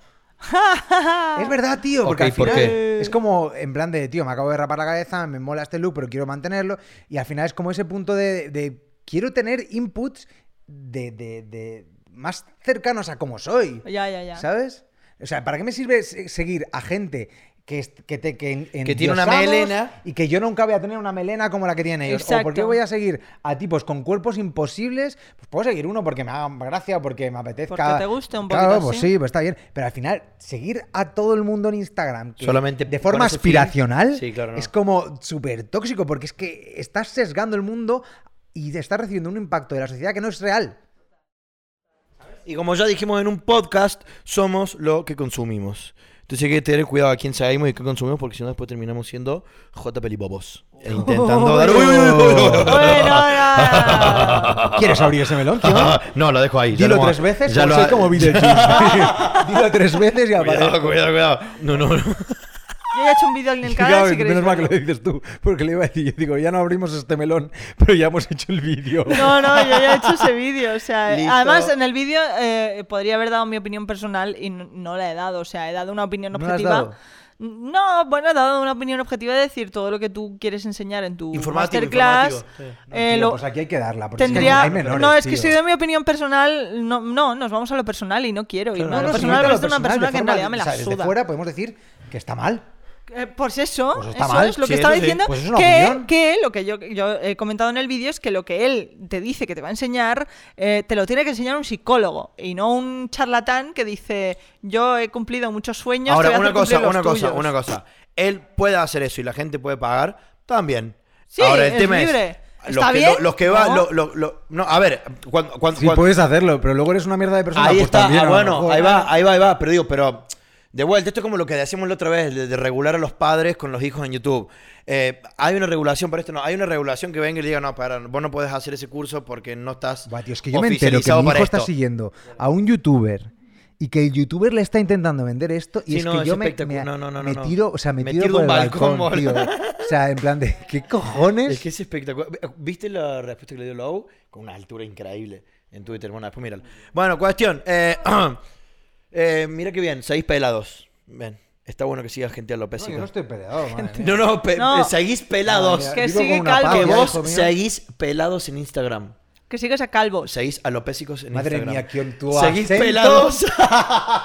[SPEAKER 3] es verdad, tío, porque
[SPEAKER 2] Ok,
[SPEAKER 3] al
[SPEAKER 2] ¿por
[SPEAKER 3] final
[SPEAKER 2] qué?
[SPEAKER 3] es como en plan de, tío, me acabo de rapar la cabeza, me mola este look, pero quiero mantenerlo. Y al final es como ese punto de, de quiero tener inputs de, de- de- más cercanos a cómo soy.
[SPEAKER 1] Ya, ya, ya.
[SPEAKER 3] ¿Sabes? O sea, ¿para qué me sirve se- seguir a gente que, est- que, te, que, en-
[SPEAKER 2] Que tiene una
[SPEAKER 3] endiosamos
[SPEAKER 2] melena?
[SPEAKER 3] Y que yo nunca voy a tener una melena como la que tienen ellos. ¿O por qué
[SPEAKER 1] Exacto.
[SPEAKER 3] voy a seguir a tipos con cuerpos imposibles? Pues puedo seguir uno porque me haga gracia, porque me apetezca.
[SPEAKER 1] Porque te guste un
[SPEAKER 3] Claro,
[SPEAKER 1] poquito,
[SPEAKER 3] pues
[SPEAKER 1] sí.
[SPEAKER 3] sí, pues está bien. Pero al final, seguir a todo el mundo en Instagram que
[SPEAKER 2] Solamente
[SPEAKER 3] de
[SPEAKER 2] con
[SPEAKER 3] forma
[SPEAKER 2] ese fin.
[SPEAKER 3] aspiracional
[SPEAKER 2] Sí, claro, no.
[SPEAKER 3] es como súper tóxico porque es que estás sesgando el mundo y te estás recibiendo un impacto de la sociedad que no es real.
[SPEAKER 2] Y como ya dijimos en un podcast, somos lo que consumimos. Entonces hay que tener cuidado a quién sabemos y qué consumimos, porque si no, después terminamos siendo J. Pelibobos. E Intentando dar. ¡Uy, uy, uy, uy, uy, uy!
[SPEAKER 1] Bueno, no.
[SPEAKER 3] ¿Quieres abrir ese melón, tío?
[SPEAKER 2] No, lo dejo ahí. ya
[SPEAKER 3] Ah. Dilo
[SPEAKER 2] lo-
[SPEAKER 3] tres veces,
[SPEAKER 2] ya
[SPEAKER 3] como
[SPEAKER 2] lo-
[SPEAKER 3] soy como Beetlejuice. Dilo tres veces y aparece.
[SPEAKER 2] Cuidado, cuidado, cuidado. No, no, no.
[SPEAKER 1] Yo ya he hecho un vídeo en el canal
[SPEAKER 3] Claro,
[SPEAKER 1] si queréis
[SPEAKER 3] menos mal que lo
[SPEAKER 1] verlo.
[SPEAKER 3] dices tú, porque le iba a decir, yo digo, ya no abrimos este melón, pero ya hemos hecho el vídeo.
[SPEAKER 1] No, no, yo ya he hecho ese vídeo. O sea, eh,
[SPEAKER 2] Listo.
[SPEAKER 1] además, en el vídeo eh, podría haber dado mi opinión personal y no, no la he dado. O sea, he dado una opinión
[SPEAKER 3] ¿No la has
[SPEAKER 1] objetiva.
[SPEAKER 3] dado?
[SPEAKER 1] No, bueno, he dado una opinión objetiva de decir todo lo que tú quieres enseñar en tu
[SPEAKER 2] Informativo,
[SPEAKER 1] masterclass.
[SPEAKER 2] informativo,
[SPEAKER 3] No,
[SPEAKER 1] eh,
[SPEAKER 3] tío,
[SPEAKER 1] lo-
[SPEAKER 3] pues aquí hay que darla, porque es que
[SPEAKER 1] Tendría.
[SPEAKER 3] hay menores,
[SPEAKER 1] no, es que
[SPEAKER 3] tío.
[SPEAKER 1] si doy mi opinión personal, no, no, nos vamos a lo personal y no quiero.
[SPEAKER 3] Claro,
[SPEAKER 1] irme a
[SPEAKER 3] no,
[SPEAKER 1] lo
[SPEAKER 3] no, si no
[SPEAKER 1] personal
[SPEAKER 3] te
[SPEAKER 1] me
[SPEAKER 3] lo
[SPEAKER 1] parece una
[SPEAKER 3] personal,
[SPEAKER 1] persona
[SPEAKER 3] de
[SPEAKER 1] que en
[SPEAKER 3] forma-
[SPEAKER 1] realidad me
[SPEAKER 3] o sea,
[SPEAKER 1] la
[SPEAKER 3] Desde
[SPEAKER 1] suda.
[SPEAKER 3] fuera podemos decir que está mal.
[SPEAKER 1] Eh, pues eso,
[SPEAKER 3] Pues está
[SPEAKER 1] eso
[SPEAKER 3] mal.
[SPEAKER 1] es lo
[SPEAKER 2] Sí,
[SPEAKER 1] que estaba
[SPEAKER 2] eso sí.
[SPEAKER 1] diciendo.
[SPEAKER 3] Pues es una
[SPEAKER 1] que,
[SPEAKER 3] opinión.
[SPEAKER 1] que lo que yo, yo he comentado en el vídeo es que lo que él te dice que te va a enseñar, eh, te lo tiene que enseñar un psicólogo y no un charlatán que dice yo he cumplido muchos sueños. te
[SPEAKER 2] Ahora,
[SPEAKER 1] voy a
[SPEAKER 2] una
[SPEAKER 1] hacer cumplir
[SPEAKER 2] cosa,
[SPEAKER 1] los
[SPEAKER 2] una cosa,
[SPEAKER 1] tuyos".
[SPEAKER 2] una cosa. Él puede hacer eso y la gente puede pagar también.
[SPEAKER 1] Sí,
[SPEAKER 2] Ahora, el
[SPEAKER 1] es
[SPEAKER 2] tema
[SPEAKER 1] libre.
[SPEAKER 2] es.
[SPEAKER 1] ¿Está
[SPEAKER 2] los, que,
[SPEAKER 1] bien?
[SPEAKER 2] lo- los que va,
[SPEAKER 1] No.
[SPEAKER 2] lo- lo- lo- no, a ver, cuando, cuando,
[SPEAKER 3] Sí,
[SPEAKER 2] cuando-
[SPEAKER 3] puedes hacerlo, pero luego eres una mierda de persona.
[SPEAKER 2] ahí
[SPEAKER 3] pues
[SPEAKER 2] está,
[SPEAKER 3] también,
[SPEAKER 2] ah,
[SPEAKER 3] a lo
[SPEAKER 2] bueno,
[SPEAKER 3] mejor.
[SPEAKER 2] ahí va, ahí va, ahí va, pero digo, pero de vuelta, esto es como lo que decíamos la otra vez, de, de regular a los padres con los hijos en YouTube. Eh, hay una regulación para esto, no, hay una regulación que venga y diga, no, para, vos no puedes hacer ese curso porque no estás
[SPEAKER 3] Buah, tío, es que yo me entero que
[SPEAKER 2] oficializado
[SPEAKER 3] mi
[SPEAKER 2] para
[SPEAKER 3] hijo está
[SPEAKER 2] esto.
[SPEAKER 3] siguiendo a un youtuber y que el youtuber le está intentando vender esto y
[SPEAKER 2] Sí,
[SPEAKER 3] es
[SPEAKER 2] no,
[SPEAKER 3] que
[SPEAKER 2] es
[SPEAKER 3] yo me,
[SPEAKER 2] espectacu-
[SPEAKER 3] me-
[SPEAKER 2] no, no, no,
[SPEAKER 3] me
[SPEAKER 2] no.
[SPEAKER 3] tiro, o sea, me,
[SPEAKER 2] Me
[SPEAKER 3] tiro,
[SPEAKER 2] tiro de
[SPEAKER 3] por el
[SPEAKER 2] un
[SPEAKER 3] balcón,
[SPEAKER 2] balcón,
[SPEAKER 3] tío.
[SPEAKER 2] boludo.
[SPEAKER 3] O sea, en plan de ¿qué cojones?
[SPEAKER 2] Es que es espectacular. ¿Viste la respuesta que le dio Lowe? Con una altura increíble en Twitter. Bueno, después míralo. Bueno, cuestión. Eh, eh, mira qué bien, seis pelados. Ven, está bueno que siga gente a lo
[SPEAKER 3] No, yo no estoy peleado, madre mía.
[SPEAKER 2] No, no, pe-
[SPEAKER 1] No.
[SPEAKER 2] eh, seguís pelados.
[SPEAKER 1] Que
[SPEAKER 3] Vivo con
[SPEAKER 1] sigue
[SPEAKER 3] una
[SPEAKER 1] calvo.
[SPEAKER 3] pava
[SPEAKER 2] que
[SPEAKER 3] ya,
[SPEAKER 2] vos
[SPEAKER 3] hijo mío.
[SPEAKER 2] seguís pelados en Instagram.
[SPEAKER 1] Que sigues a calvo.
[SPEAKER 2] Seguís alopésicos en
[SPEAKER 3] Madre
[SPEAKER 2] Instagram.
[SPEAKER 3] mía, quién tu
[SPEAKER 2] Seguís
[SPEAKER 3] acento.
[SPEAKER 2] pelados.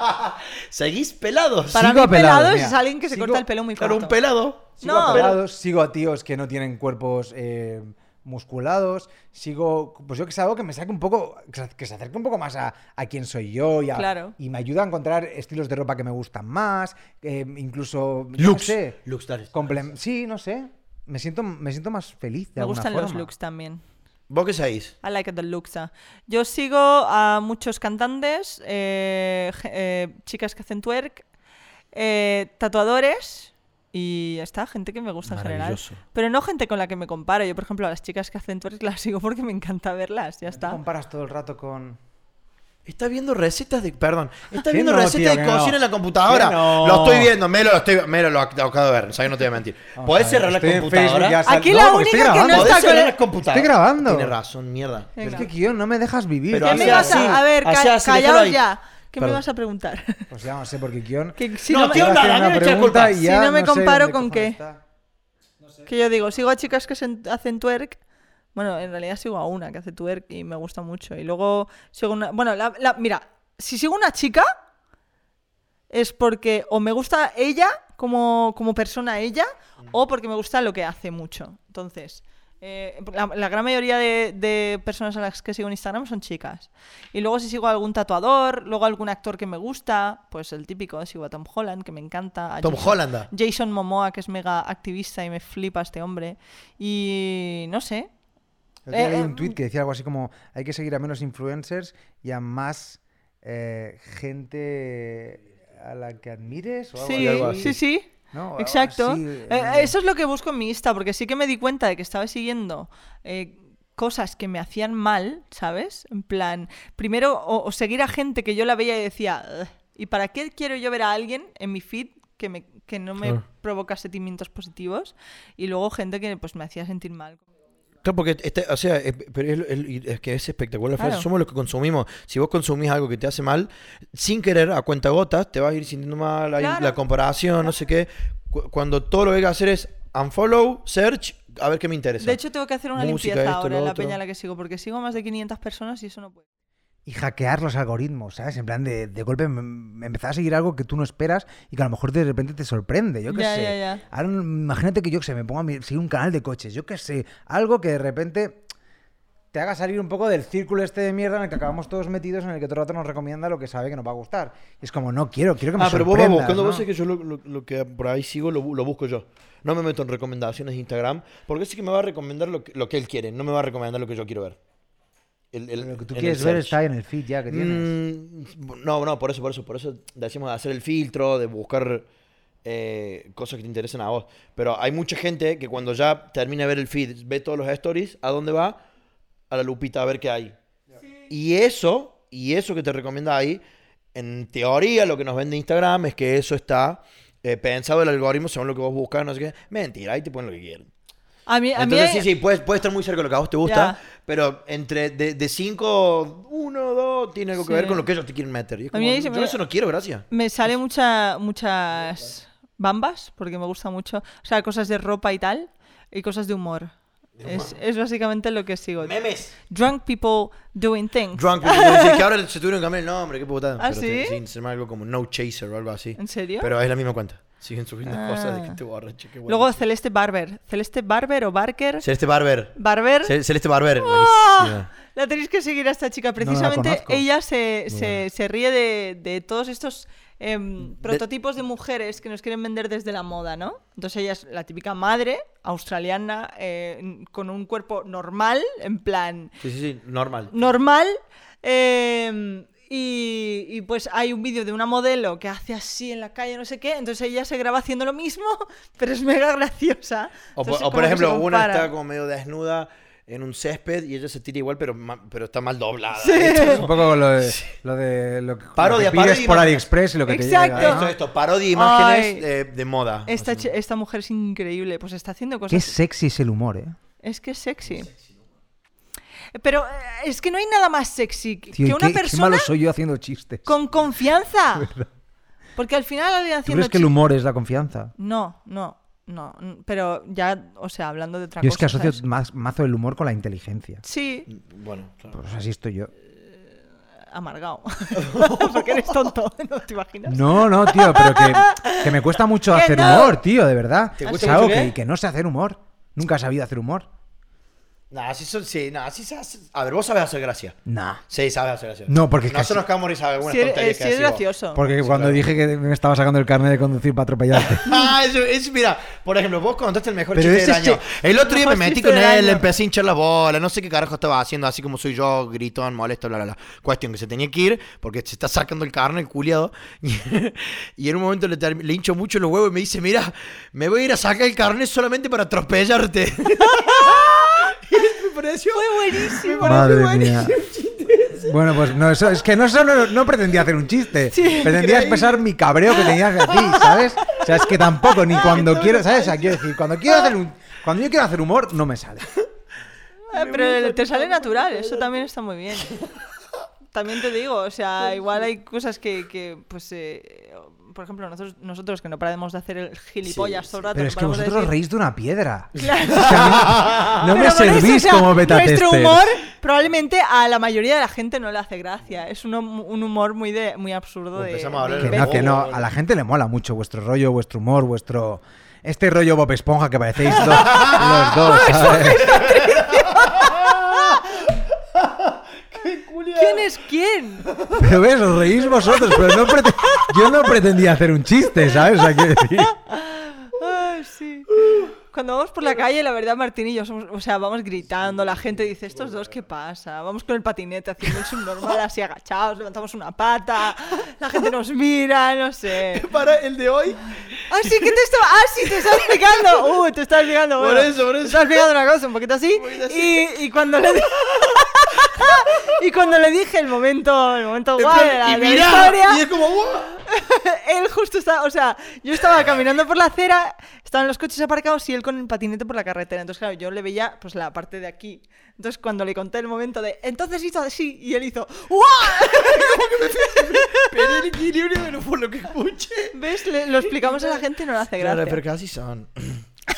[SPEAKER 2] seguís pelados.
[SPEAKER 1] Para
[SPEAKER 3] sigo
[SPEAKER 1] mí, pelado,
[SPEAKER 3] pelado,
[SPEAKER 1] es
[SPEAKER 3] mira,
[SPEAKER 1] alguien que se
[SPEAKER 3] sigo-
[SPEAKER 1] corta el pelo muy
[SPEAKER 2] Claro,
[SPEAKER 1] corto.
[SPEAKER 2] un pelado.
[SPEAKER 3] Sigo
[SPEAKER 1] No.
[SPEAKER 3] a pelados, sigo a tíos que no tienen cuerpos eh, musculados, sigo, pues yo que es algo que me saque un poco, que se- que se acerque un poco más a, a quién soy yo y, a-
[SPEAKER 1] Claro.
[SPEAKER 3] y me ayuda a encontrar estilos de ropa que me gustan más, eh, incluso... yo
[SPEAKER 2] Looks.
[SPEAKER 3] No sé,
[SPEAKER 2] Looks, dale.
[SPEAKER 3] comple- sí, no sé. Me siento, me siento más feliz de
[SPEAKER 1] Me
[SPEAKER 3] alguna
[SPEAKER 1] gustan los
[SPEAKER 3] forma.
[SPEAKER 1] looks también.
[SPEAKER 2] ¿Vos qué sabéis?
[SPEAKER 1] I like the looks. ah. Yo sigo a muchos cantantes, eh, ge- eh, chicas que hacen twerk, eh, tatuadores y ya está, gente que me gusta en general.
[SPEAKER 2] Maravilloso.
[SPEAKER 1] Pero no gente con la que me comparo. Yo, por ejemplo, a las chicas que hacen twerk las sigo porque me encanta verlas, ya
[SPEAKER 3] Te
[SPEAKER 1] está.
[SPEAKER 3] comparas todo el rato con...
[SPEAKER 2] Está viendo recetas de. Perdón. Está
[SPEAKER 3] Que
[SPEAKER 2] viendo
[SPEAKER 3] no,
[SPEAKER 2] recetas
[SPEAKER 3] tío,
[SPEAKER 2] de
[SPEAKER 3] que no.
[SPEAKER 2] cocina en la computadora.
[SPEAKER 3] Que no.
[SPEAKER 2] Lo estoy viendo, Melo, lo estoy Melo, lo ac- lo acabo de ver. ¿sabes? no te voy a mentir.
[SPEAKER 3] Vamos
[SPEAKER 2] ¿Podés
[SPEAKER 3] a ver,
[SPEAKER 2] cerrar la
[SPEAKER 3] estoy en Facebook,
[SPEAKER 2] computadora?
[SPEAKER 3] ya sal-
[SPEAKER 1] Aquí la
[SPEAKER 3] porque estoy
[SPEAKER 1] única que no
[SPEAKER 3] grabando.
[SPEAKER 2] ¿Podés
[SPEAKER 1] está
[SPEAKER 2] cerrar
[SPEAKER 1] con-
[SPEAKER 2] la computadora?
[SPEAKER 3] Estoy grabando.
[SPEAKER 2] Tiene razón, mierda.
[SPEAKER 1] Venga.
[SPEAKER 3] Es que guión, no me dejas vivir.
[SPEAKER 2] Pero
[SPEAKER 1] ¿Qué
[SPEAKER 2] hace
[SPEAKER 1] me vas
[SPEAKER 2] así,
[SPEAKER 1] a... a ver,
[SPEAKER 2] hace
[SPEAKER 1] ca-
[SPEAKER 2] así, déjalo
[SPEAKER 1] callaos
[SPEAKER 2] ahí.
[SPEAKER 1] ya. ¿Qué me
[SPEAKER 2] Perdón.
[SPEAKER 1] vas a preguntar?
[SPEAKER 3] Pues ya no sé, porque guión...
[SPEAKER 1] Que si
[SPEAKER 2] No,
[SPEAKER 1] no, me-
[SPEAKER 2] tío,
[SPEAKER 3] Iba a hacer
[SPEAKER 2] anda,
[SPEAKER 3] una
[SPEAKER 2] a mí me echa la
[SPEAKER 3] pregunta
[SPEAKER 2] culpa.
[SPEAKER 3] y
[SPEAKER 1] Si
[SPEAKER 3] ya
[SPEAKER 1] no me
[SPEAKER 3] sé
[SPEAKER 1] comparo
[SPEAKER 3] dónde
[SPEAKER 1] con
[SPEAKER 3] cojones
[SPEAKER 1] qué.
[SPEAKER 3] está.
[SPEAKER 1] Que yo digo, sigo a chicas que hacen- hacen twerk. Bueno, en realidad sigo a una que hace twerk y me gusta mucho. Y luego sigo una. Bueno, la- la- mira, si sigo una chica es porque o me gusta ella como, como persona ella o porque me gusta lo que hace mucho. Entonces, eh, la, la gran mayoría de, de personas a las que sigo en Instagram son chicas. Y luego si sigo a algún tatuador, luego a algún actor que me gusta, pues el típico, sigo a Tom Holland, que me encanta. a
[SPEAKER 2] Tom
[SPEAKER 1] Jason-
[SPEAKER 2] Hollanda.
[SPEAKER 1] Jason Momoa, que es mega activista y me flipa este hombre. Y no sé.
[SPEAKER 3] El otro día
[SPEAKER 1] Eh,
[SPEAKER 3] leí
[SPEAKER 1] eh,
[SPEAKER 3] un tweet que decía algo así como hay que seguir a menos influencers y a más eh, gente a la que admires o algo
[SPEAKER 1] Sí,
[SPEAKER 2] algo
[SPEAKER 1] sí,
[SPEAKER 2] así.
[SPEAKER 1] sí.
[SPEAKER 3] ¿no? O
[SPEAKER 1] Exacto.
[SPEAKER 3] así,
[SPEAKER 1] Eh,
[SPEAKER 3] eh,
[SPEAKER 1] eso es lo que busco en mi Insta, porque sí que me di cuenta de que estaba siguiendo eh, cosas que me hacían mal, ¿sabes? En plan, primero, o, o seguir a gente que yo la veía y decía, "Ugh", ¿y para qué quiero yo ver a alguien en mi feed que, me, que no me
[SPEAKER 2] Claro.
[SPEAKER 1] provoca sentimientos positivos? Y luego gente que pues me hacía sentir mal.
[SPEAKER 2] Claro, porque este- o sea, es, pero es, es- es que es espectacular la frase.
[SPEAKER 1] Claro.
[SPEAKER 2] Somos los que consumimos. Si vos consumís algo que te hace mal, sin querer, a cuenta gotas, te vas a ir sintiendo mal, hay
[SPEAKER 1] Claro.
[SPEAKER 2] la comparación, no sé qué. Cu- Cuando todo lo que hay que hacer es unfollow, search, a ver qué me interesa.
[SPEAKER 1] De hecho, tengo que hacer una
[SPEAKER 2] Música,
[SPEAKER 1] limpieza
[SPEAKER 2] esto,
[SPEAKER 1] ahora
[SPEAKER 2] lo
[SPEAKER 1] en la
[SPEAKER 2] otro.
[SPEAKER 1] peña a la que sigo, porque sigo a más de 500 personas y eso no puede.
[SPEAKER 3] y hackear los algoritmos, ¿sabes? En plan, de, de golpe me, me empezaba a seguir algo que tú no esperas y que a lo mejor de repente te sorprende, yo qué
[SPEAKER 1] Ya,
[SPEAKER 3] sé.
[SPEAKER 1] ya, ya.
[SPEAKER 3] Ahora, imagínate que yo que sé, me pongo a mi- seguir un canal de coches, yo qué sé, algo que de repente te haga salir un poco del círculo este de mierda en el que acabamos todos metidos, en el que todo el rato nos recomienda lo que sabe que nos va a gustar. Y es como, no quiero, quiero que me
[SPEAKER 2] Ah, pero vos vas
[SPEAKER 3] sorprendas,
[SPEAKER 2] buscando,
[SPEAKER 3] ¿no?
[SPEAKER 2] vos sabés que yo lo, lo- lo que por ahí sigo lo, bu- lo busco yo. No me meto en recomendaciones de Instagram, porque sí que me va a recomendar lo que, lo que él quiere, no me va a recomendar lo que yo quiero ver. El- el-
[SPEAKER 3] Lo que tú
[SPEAKER 2] en el
[SPEAKER 3] quieres ver
[SPEAKER 2] search.
[SPEAKER 3] está ahí en el feed ya que tienes.
[SPEAKER 2] Mm, no, no, por eso, por eso, por eso decimos de hacer el filtro, de buscar eh, cosas que te interesan a vos. Pero hay mucha gente que cuando ya termina de ver el feed, ve todos los stories, ¿a dónde va? A la lupita a ver qué hay. Y eso, y eso que te recomienda ahí, en teoría lo que nos vende Instagram es que eso está eh, pensado el algoritmo según lo que vos buscas, no sé qué. Mentira, ahí te ponen lo que quieren.
[SPEAKER 1] A mí, a mí
[SPEAKER 2] Entonces,
[SPEAKER 1] hay-
[SPEAKER 2] sí, sí, puedes, puedes estar muy cerca de lo que a vos te gusta,
[SPEAKER 1] Ya.
[SPEAKER 2] pero entre de, de cinco, uno, dos, tiene algo que
[SPEAKER 1] Sí.
[SPEAKER 2] ver con lo que ellos te quieren meter. Y es
[SPEAKER 1] A mí
[SPEAKER 2] como,
[SPEAKER 1] ahí se me
[SPEAKER 2] yo
[SPEAKER 1] da-
[SPEAKER 2] eso no quiero, gracias.
[SPEAKER 1] me sale mucha, muchas bambas, porque me gusta mucho. O sea, cosas de ropa y tal, y cosas de humor. Es, es básicamente lo que sigo.
[SPEAKER 2] Memes.
[SPEAKER 1] Drunk people doing things.
[SPEAKER 2] Drunk People, sí, que ahora se tuvieron que cambiar el nombre, qué putada.
[SPEAKER 1] ¿Ah,
[SPEAKER 2] Pero
[SPEAKER 1] sí?
[SPEAKER 2] te- se llama algo como No Chaser o algo así.
[SPEAKER 1] ¿En serio?
[SPEAKER 2] Pero es la misma cuenta. Siguen subiendo
[SPEAKER 1] Ah.
[SPEAKER 2] cosas de gente borracha. Qué bueno.
[SPEAKER 1] Luego Celeste Barber. Celeste Barber o Barker.
[SPEAKER 2] Celeste Barber.
[SPEAKER 1] Barber.
[SPEAKER 2] Cel- Celeste Barber.
[SPEAKER 1] ¡Ah!
[SPEAKER 2] buenísima.
[SPEAKER 1] La tenéis que seguir a esta chica.
[SPEAKER 3] la
[SPEAKER 1] Precisamente
[SPEAKER 3] conozco.
[SPEAKER 1] ella se, se- se ríe de, de todos estos em, prototipos de mujeres que nos quieren vender desde la moda, ¿no? Entonces ella es la típica madre australiana eh, n- con un cuerpo normal, en plan
[SPEAKER 2] Sí, sí, sí, normal.
[SPEAKER 1] normal. em, y, y pues hay un vídeo de una modelo que hace así en la calle, no sé qué. Entonces ella se graba haciendo lo mismo, pero es mega graciosa.
[SPEAKER 2] O, por-
[SPEAKER 1] Entonces,
[SPEAKER 2] o
[SPEAKER 1] como
[SPEAKER 2] por
[SPEAKER 1] que
[SPEAKER 2] ejemplo,
[SPEAKER 1] se
[SPEAKER 2] una
[SPEAKER 1] compara.
[SPEAKER 2] está como medio desnuda en un césped y ella se tira igual, pero, ma- pero está mal doblada.
[SPEAKER 3] Es un poco lo de lo, de, lo que, lo
[SPEAKER 2] Parodia,
[SPEAKER 3] que pides
[SPEAKER 2] parodia y
[SPEAKER 3] por
[SPEAKER 2] más.
[SPEAKER 3] AliExpress y lo que
[SPEAKER 1] Exacto.
[SPEAKER 3] te llega,
[SPEAKER 2] Ah,
[SPEAKER 3] ¿eh?
[SPEAKER 2] Esto,
[SPEAKER 3] ¿no?
[SPEAKER 2] esto, parodia de imágenes
[SPEAKER 1] Ay.
[SPEAKER 2] eh, de moda.
[SPEAKER 1] Esta,
[SPEAKER 2] Así.
[SPEAKER 1] chi- esta mujer es increíble, pues está haciendo cosas.
[SPEAKER 3] Qué sexy es el humor, ¿eh?
[SPEAKER 1] Es que es sexy. Pero eh, es que no hay nada más sexy que-
[SPEAKER 3] Tío,
[SPEAKER 1] que
[SPEAKER 3] y
[SPEAKER 1] una
[SPEAKER 3] qué, qué
[SPEAKER 1] persona
[SPEAKER 3] malo soy yo haciendo chistes. ¿Tú
[SPEAKER 1] con confianza. Porque al final alguien haciendo
[SPEAKER 3] crees que el
[SPEAKER 1] chi-
[SPEAKER 3] humor es la confianza?
[SPEAKER 1] No, no, no. n- Pero ya, o sea, hablando de otra
[SPEAKER 3] Yo
[SPEAKER 1] cosa.
[SPEAKER 3] es que asocio
[SPEAKER 1] ¿sabes?
[SPEAKER 3] más, mazo el humor con la inteligencia.
[SPEAKER 1] Sí,
[SPEAKER 2] Bueno, claro.
[SPEAKER 3] Pues así estoy yo.
[SPEAKER 1] amargado. Porque eres tonto, ¿no te imaginas?
[SPEAKER 3] No, no, tío, pero que, que me cuesta mucho
[SPEAKER 1] Que
[SPEAKER 3] hacer
[SPEAKER 1] no.
[SPEAKER 3] humor, tío, de verdad.
[SPEAKER 2] ¿Te
[SPEAKER 3] Es
[SPEAKER 2] cuesta
[SPEAKER 3] algo
[SPEAKER 2] mucho qué?
[SPEAKER 3] que, que no sé hacer humor. Nunca he sabido hacer humor.
[SPEAKER 2] No, así son, sí, no, así se hace. A ver, vos sabés hacer gracia.
[SPEAKER 3] Nah.
[SPEAKER 2] Sí, sabes hacer gracia.
[SPEAKER 3] No, porque es que
[SPEAKER 2] Nosotros
[SPEAKER 3] así-
[SPEAKER 2] Camori sabemos
[SPEAKER 1] Sí,
[SPEAKER 2] algunas
[SPEAKER 1] es,
[SPEAKER 2] tonterías
[SPEAKER 1] sí
[SPEAKER 2] que
[SPEAKER 1] es
[SPEAKER 2] decís vos.
[SPEAKER 1] eh, gracioso.
[SPEAKER 3] Porque cuando
[SPEAKER 2] claro.
[SPEAKER 3] dije que me estaba sacando el carnet de conducir para atropellarte.
[SPEAKER 2] Ah, eso, eso, mira, por ejemplo, vos contaste el mejor
[SPEAKER 3] Pero
[SPEAKER 2] chiste
[SPEAKER 3] ese
[SPEAKER 2] del año.
[SPEAKER 3] chiste-
[SPEAKER 2] El otro día me
[SPEAKER 1] Mejor
[SPEAKER 2] metí
[SPEAKER 1] chiste
[SPEAKER 2] con
[SPEAKER 1] del
[SPEAKER 2] él,
[SPEAKER 1] año.
[SPEAKER 2] le empecé a hinchar la bola, no sé qué carajo estaba haciendo, así como soy yo, gritón, molesto, bla, bla, bla. Cuestión que se tenía que ir porque se está sacando el carne, el culiado. Y, y en un momento le, term- le hincho mucho los huevos y me dice, mira, me voy a ir a sacar el carne solamente para atropellarte. Y me pareció...
[SPEAKER 1] Fue buenísimo.
[SPEAKER 3] Madre mía. Bueno, pues no, eso, es que no solo no pretendía hacer un chiste, pretendía expresar mi cabreo que tenía hacia ti, ¿sabes? O sea, es que tampoco, ni cuando quiero, ¿sabes? O sea, quiero decir, cuando quiero hacer un. Cuando yo quiero hacer humor, no me sale.
[SPEAKER 1] Ah, Pero te sale natural, eso también está muy bien. También te digo, o sea, igual hay cosas que, que, pues, eh, por ejemplo, nosotros, nosotros que no paramos de hacer el gilipollas todo el rato.
[SPEAKER 3] Pero
[SPEAKER 1] no
[SPEAKER 3] es que
[SPEAKER 1] paramos de
[SPEAKER 3] vosotros
[SPEAKER 1] decir-
[SPEAKER 3] reís de una piedra.
[SPEAKER 1] Claro.
[SPEAKER 3] O sea, no no me
[SPEAKER 1] Pero por eso,
[SPEAKER 3] servís
[SPEAKER 1] o sea,
[SPEAKER 3] como beta
[SPEAKER 1] Nuestro
[SPEAKER 3] tester.
[SPEAKER 1] humor probablemente a la mayoría de la gente no le hace gracia. Es un, hum- un humor muy de muy absurdo. De,
[SPEAKER 2] Pues Empezamos a hablar
[SPEAKER 1] de
[SPEAKER 3] Que
[SPEAKER 2] de
[SPEAKER 3] no,
[SPEAKER 1] imbécil.
[SPEAKER 3] que no. A la gente le mola mucho vuestro rollo, vuestro humor, vuestro. Este rollo Bob Esponja que parecéis dos, los dos, ¿sabes?
[SPEAKER 1] ¿Quién es quién?
[SPEAKER 3] Pero ves, os reís vosotros, pero no prete- yo no pretendía hacer un chiste, ¿sabes? O sea, quiero decir,
[SPEAKER 1] Ay, sí. Cuando vamos por la calle, la verdad, Martín y yo somos, o sea, vamos gritando, la gente dice, estos dos, ¿qué pasa? Vamos con el patinete haciendo el subnormal así agachados, levantamos una pata, la gente nos mira, no sé.
[SPEAKER 2] Para el de hoy,
[SPEAKER 1] Ah, sí, ¿qué te estaba? Ah, sí, te estás explicando. Uh, te estás explicando.
[SPEAKER 2] Por
[SPEAKER 1] bueno.
[SPEAKER 2] eso, por
[SPEAKER 1] Te
[SPEAKER 2] eso.
[SPEAKER 1] estás explicando una cosa, un poquito así.
[SPEAKER 2] poquito
[SPEAKER 1] Y, y cuando le di- Y cuando le dije el momento, el momento
[SPEAKER 2] en
[SPEAKER 1] guay
[SPEAKER 2] plan,
[SPEAKER 1] de la,
[SPEAKER 2] y
[SPEAKER 1] de la
[SPEAKER 2] mirá,
[SPEAKER 1] historia,
[SPEAKER 2] y es como, "Wow".
[SPEAKER 1] él justo estaba, o sea, yo estaba caminando por la acera, estaban los coches aparcados y él con el patinete por la carretera. Entonces, claro, yo le veía pues la parte de aquí. Entonces, cuando le conté el momento de, entonces hizo así, y él hizo, ¡guau!
[SPEAKER 2] Perdí el equilibrio, pero por lo que escuché.
[SPEAKER 1] ¿Ves? Le- lo explicamos a la gente y no le hace gracia.
[SPEAKER 2] Claro, pero casi son.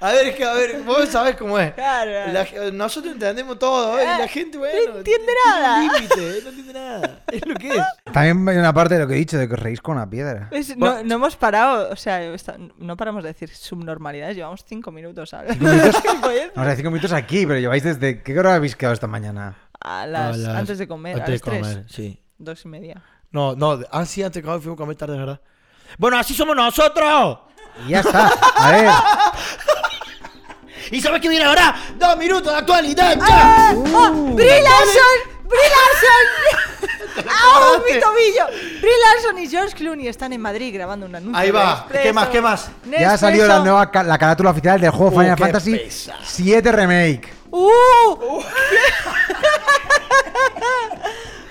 [SPEAKER 2] a ver, es que, a ver, vos sabés cómo es.
[SPEAKER 1] Claro. Ah,
[SPEAKER 2] La ge- nosotros entendemos todo, ¿eh? Y la gente, bueno.
[SPEAKER 1] no entiende
[SPEAKER 2] tiene
[SPEAKER 1] nada.
[SPEAKER 2] un límite, ¿eh? No entiende nada. Es lo que es.
[SPEAKER 3] También hay una parte de lo que he dicho, de que os reís con una piedra.
[SPEAKER 1] Es- no, no hemos parado, o sea, esta- no paramos de decir subnormalidades, llevamos cinco minutos ahora.
[SPEAKER 3] Vamos a decir minutos aquí, pero lleváis desde. ¿Qué hora habéis quedado esta mañana?
[SPEAKER 1] a las, antes de comer, a las tres,
[SPEAKER 2] sí.
[SPEAKER 1] dos y media.
[SPEAKER 2] No, no, ah, sí, antes de comer fuimos a comer tarde, ¿verdad? Bueno, así somos nosotros.
[SPEAKER 3] Y ya está. A ver.
[SPEAKER 2] ¿Y sabes qué viene ahora? Dos minutos de actualidad. ya. Uh,
[SPEAKER 1] ¡Oh! ¡Brie Larson! ¡Brie Larson! ¡Au, mi tobillo! Brie Larson y George Clooney están en Madrid grabando un anuncio.
[SPEAKER 2] Ahí
[SPEAKER 1] de
[SPEAKER 2] va.
[SPEAKER 1] Nespresso.
[SPEAKER 2] ¿Qué más, qué más?
[SPEAKER 3] Ya ha salido la
[SPEAKER 1] Nespresso.
[SPEAKER 3] nueva ca- la carátula oficial del juego
[SPEAKER 2] Uh,
[SPEAKER 3] Final
[SPEAKER 2] qué
[SPEAKER 3] Fantasy
[SPEAKER 2] pesa.
[SPEAKER 3] 7 Remake.
[SPEAKER 1] ¡Uh!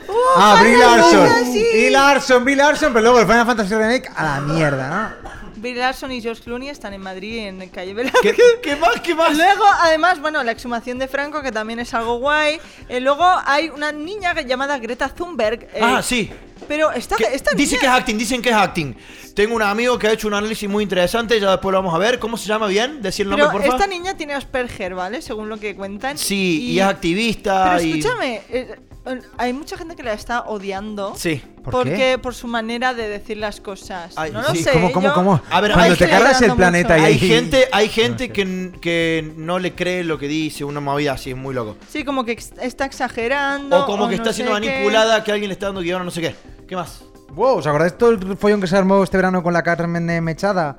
[SPEAKER 1] ¡Uh!
[SPEAKER 3] Ah, Brie
[SPEAKER 1] Final
[SPEAKER 3] Larson.
[SPEAKER 1] Fantasy.
[SPEAKER 3] Brie Larson, Brie Larson, pero luego el Final Fantasy Remake a la mierda, ¿no?
[SPEAKER 1] Brie Larson y George Clooney están en Madrid en calle
[SPEAKER 2] ¿Qué,
[SPEAKER 1] Velázquez.
[SPEAKER 2] qué más, qué más?
[SPEAKER 1] Luego, además, bueno, la exhumación de Franco, que también es algo guay. Eh, luego hay una niña llamada Greta Thunberg. eh,
[SPEAKER 2] Ah, sí.
[SPEAKER 1] Pero esta,
[SPEAKER 2] Que-
[SPEAKER 1] esta
[SPEAKER 2] dicen que es
[SPEAKER 1] niña...
[SPEAKER 2] acting, dicen que es acting. Tengo un amigo que ha hecho un análisis muy interesante, ya después lo vamos a ver. ¿Cómo se llama bien? Decir el nombre,
[SPEAKER 1] pero
[SPEAKER 2] por favor.
[SPEAKER 1] esta niña tiene Asperger, ¿vale? Según lo que cuentan.
[SPEAKER 2] Sí, y, es activista.
[SPEAKER 1] Pero
[SPEAKER 2] y-
[SPEAKER 1] escúchame, eh, eh, hay mucha gente que la está odiando.
[SPEAKER 2] Sí.
[SPEAKER 3] ¿Por
[SPEAKER 1] porque
[SPEAKER 3] qué?
[SPEAKER 1] por su manera de decir las cosas.
[SPEAKER 2] Ay,
[SPEAKER 1] no lo
[SPEAKER 2] sí,
[SPEAKER 1] sé.
[SPEAKER 3] ¿Cómo, cómo,
[SPEAKER 1] yo-
[SPEAKER 3] cómo?
[SPEAKER 2] A ver,
[SPEAKER 3] Cuando
[SPEAKER 2] hay
[SPEAKER 3] te
[SPEAKER 2] gente
[SPEAKER 3] cargas el
[SPEAKER 1] hablando
[SPEAKER 3] planeta y
[SPEAKER 1] mucho.
[SPEAKER 2] Hay
[SPEAKER 3] ahí-
[SPEAKER 2] gente, hay gente
[SPEAKER 3] No sé.
[SPEAKER 2] que, que no le cree lo que dice, una movida así, es muy loco.
[SPEAKER 1] Sí, como que ex- está exagerando.
[SPEAKER 2] o como que
[SPEAKER 1] no
[SPEAKER 2] está
[SPEAKER 1] sé
[SPEAKER 2] siendo
[SPEAKER 1] qué.
[SPEAKER 2] manipulada, que alguien le está dando guión o no sé qué. ¿Qué más?
[SPEAKER 3] Wow, ¿os acordáis todo el follón que se armó este verano con la carne mechada?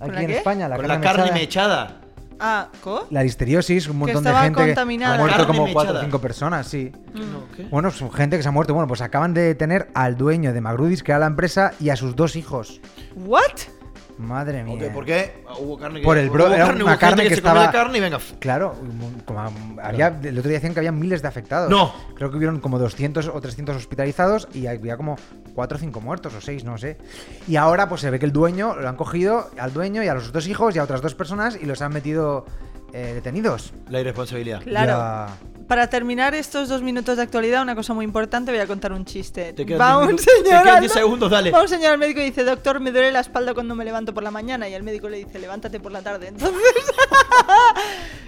[SPEAKER 3] Aquí
[SPEAKER 1] la
[SPEAKER 3] en
[SPEAKER 1] qué?
[SPEAKER 3] España, la
[SPEAKER 2] Con
[SPEAKER 3] carne
[SPEAKER 2] la carne
[SPEAKER 3] mechada.
[SPEAKER 2] mechada.
[SPEAKER 1] Ah, ¿co?
[SPEAKER 3] La listeriosis, un montón de
[SPEAKER 1] estaba
[SPEAKER 3] gente que
[SPEAKER 1] contaminada.
[SPEAKER 3] ha muerto
[SPEAKER 2] Carne
[SPEAKER 3] como cuatro o
[SPEAKER 2] mechada.
[SPEAKER 3] cinco personas, sí.
[SPEAKER 1] Mm.
[SPEAKER 2] No, ¿qué?
[SPEAKER 3] Bueno, son gente que se ha muerto. Bueno, pues acaban de detener al dueño de Magrudis, que era la empresa, y a sus dos hijos.
[SPEAKER 1] ¿What?
[SPEAKER 3] Madre mía.
[SPEAKER 2] Ok, ¿Por qué? Ah, Hubo carne que,
[SPEAKER 3] Por el bro-
[SPEAKER 2] hubo
[SPEAKER 3] era una
[SPEAKER 2] hubo gente
[SPEAKER 3] carne que
[SPEAKER 2] se comió la
[SPEAKER 3] estaba-
[SPEAKER 2] carne y venga.
[SPEAKER 3] Claro, un mon- como a- había, el otro día decían que había miles de afectados.
[SPEAKER 2] No.
[SPEAKER 3] Creo que hubieron como 200 o 300 hospitalizados y había como 4 o 5 muertos o 6, no sé. Y ahora pues se ve que el dueño, lo han cogido al dueño y a los dos hijos y a otras dos personas y los han metido eh, detenidos.
[SPEAKER 2] La irresponsabilidad.
[SPEAKER 1] Claro.
[SPEAKER 3] Ya.
[SPEAKER 1] Para terminar estos dos minutos de actualidad, una cosa muy importante, voy a contar un chiste.
[SPEAKER 2] Te quedan
[SPEAKER 1] Va
[SPEAKER 2] diez
[SPEAKER 1] un
[SPEAKER 2] minutos- te
[SPEAKER 1] señor
[SPEAKER 2] quedan
[SPEAKER 1] al-
[SPEAKER 2] diez segundos, dale.
[SPEAKER 1] Va un señor al médico y dice, doctor, me duele la espalda cuando me levanto por la mañana. Y el médico le dice, levántate por la tarde. Entonces...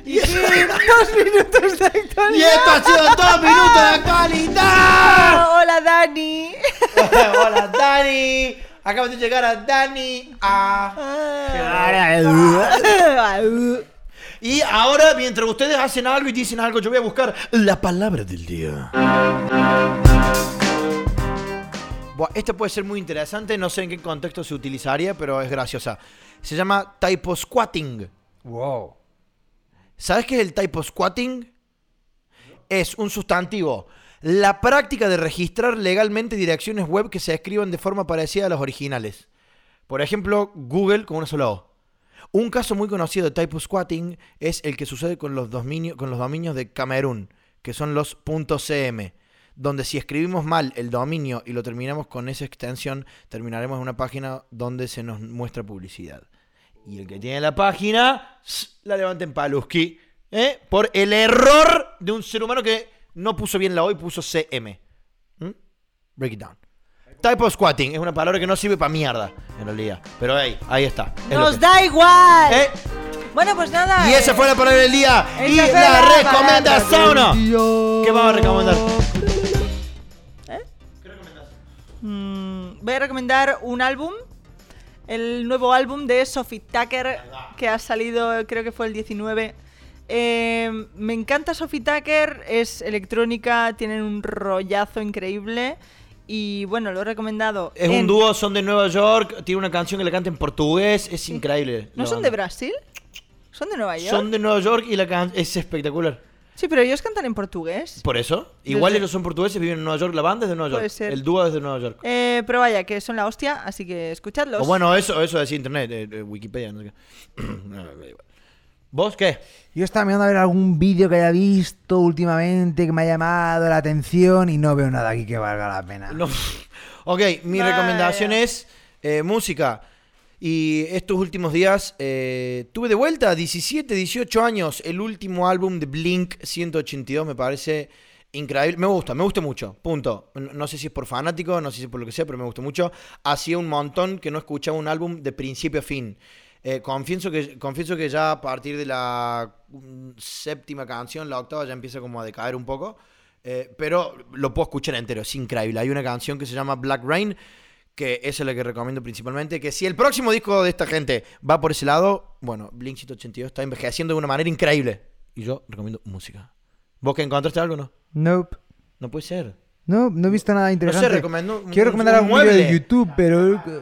[SPEAKER 1] y sí, dos minutos de actualidad.
[SPEAKER 2] Y esto ha sido dos minutos de actualidad.
[SPEAKER 1] Ah, Hola, Dani.
[SPEAKER 2] Hola, Dani. Acabas de Ah. llegar a Dani. A...
[SPEAKER 1] Ah.
[SPEAKER 2] Y ahora, mientras ustedes hacen algo y dicen algo, yo voy a buscar la palabra del día. Buah, esta puede ser muy interesante, no sé en qué contexto se utilizaría, pero es graciosa. Se llama typo squatting.
[SPEAKER 3] Wow.
[SPEAKER 2] ¿Sabes qué es el typo squatting? Es un sustantivo. La práctica de registrar legalmente direcciones web que se escriban de forma parecida a las originales. Por ejemplo, Google con una sola O. Un caso muy conocido de typo squatting es el que sucede con los, dominio- con los dominios de Camerún, que son los .cm, donde si escribimos mal el dominio y lo terminamos con esa extensión, terminaremos en una página donde se nos muestra publicidad. Y el que tiene la página, ss, la levanta en paluski, ¿eh? por el error de un ser humano que no puso bien la O y puso CM. ¿Mm? Break it down. Typo squatting es una palabra que no sirve para mierda, en realidad. Pero hey, ahí está. es lo que-
[SPEAKER 1] Nos da igual.
[SPEAKER 2] ¿Eh?
[SPEAKER 1] Bueno, pues nada.
[SPEAKER 2] Y esa
[SPEAKER 1] eh,
[SPEAKER 2] fue la palabra del día.
[SPEAKER 1] Esa
[SPEAKER 2] Y
[SPEAKER 1] fue la
[SPEAKER 2] la
[SPEAKER 1] palabra
[SPEAKER 2] recomendación. ¿Qué vamos a recomendar?
[SPEAKER 1] mm, voy a recomendar un álbum. El nuevo álbum de Sophie Tucker que ha salido, eh, creo que fue el 19. Eh, me encanta Sophie Tucker, es electrónica, tienen un rollazo increíble. Y bueno, lo he recomendado.
[SPEAKER 2] Es un
[SPEAKER 1] en-
[SPEAKER 2] dúo, son de Nueva York, tiene una canción que le canta en portugués, es increíble.
[SPEAKER 1] ¿No
[SPEAKER 2] la
[SPEAKER 1] son
[SPEAKER 2] banda.
[SPEAKER 1] de Brasil? ¿Son de Nueva York?
[SPEAKER 2] Son de Nueva York y la can es espectacular.
[SPEAKER 1] Sí, pero ellos cantan en portugués.
[SPEAKER 2] Por eso, igual
[SPEAKER 1] Desde-
[SPEAKER 2] ellos son portugueses, viven en Nueva York, la banda es de Nueva York,
[SPEAKER 1] Puede ser.
[SPEAKER 2] el dúo es de Nueva York.
[SPEAKER 1] Eh, pero vaya, que son la hostia, así que escuchadlos.
[SPEAKER 2] O bueno, eso, eso decía internet, eh, eh, Wikipedia, no sé qué. No, da igual. ¿Vos qué?
[SPEAKER 3] Yo estaba mirando a ver algún vídeo que haya visto últimamente que me ha llamado la atención y no veo nada aquí que valga la pena.
[SPEAKER 2] No. Ok, mi
[SPEAKER 1] Vaya.
[SPEAKER 2] recomendación es eh, música. Y estos últimos días eh, tuve de vuelta 17, 18 años el último álbum de Blink 182. Me parece increíble. Me gusta, me gusta mucho. Punto. No, no sé si es por fanático, no sé si es por lo que sea, pero me gusta mucho. Hacía un montón que no escuchaba un álbum de principio a fin. Eh, confieso, que, confieso que ya a partir de la mm, séptima canción, la octava, ya empieza como a decaer un poco. Eh, pero lo puedo escuchar entero, es increíble. Hay una canción que se llama Black Rain, que esa es la que recomiendo principalmente. Que si el próximo disco de esta gente va por ese lado, bueno, Blink 182 está envejeciendo de una manera increíble. Y yo recomiendo música. ¿Vos que encontraste algo no?
[SPEAKER 3] Nope.
[SPEAKER 2] No puede ser.
[SPEAKER 3] No, no he visto nada interesante.
[SPEAKER 2] recomendó un-
[SPEAKER 3] Quiero recomendar
[SPEAKER 2] un
[SPEAKER 3] algún vídeo de
[SPEAKER 2] mueble. Ah,
[SPEAKER 3] YouTube, pero... eh,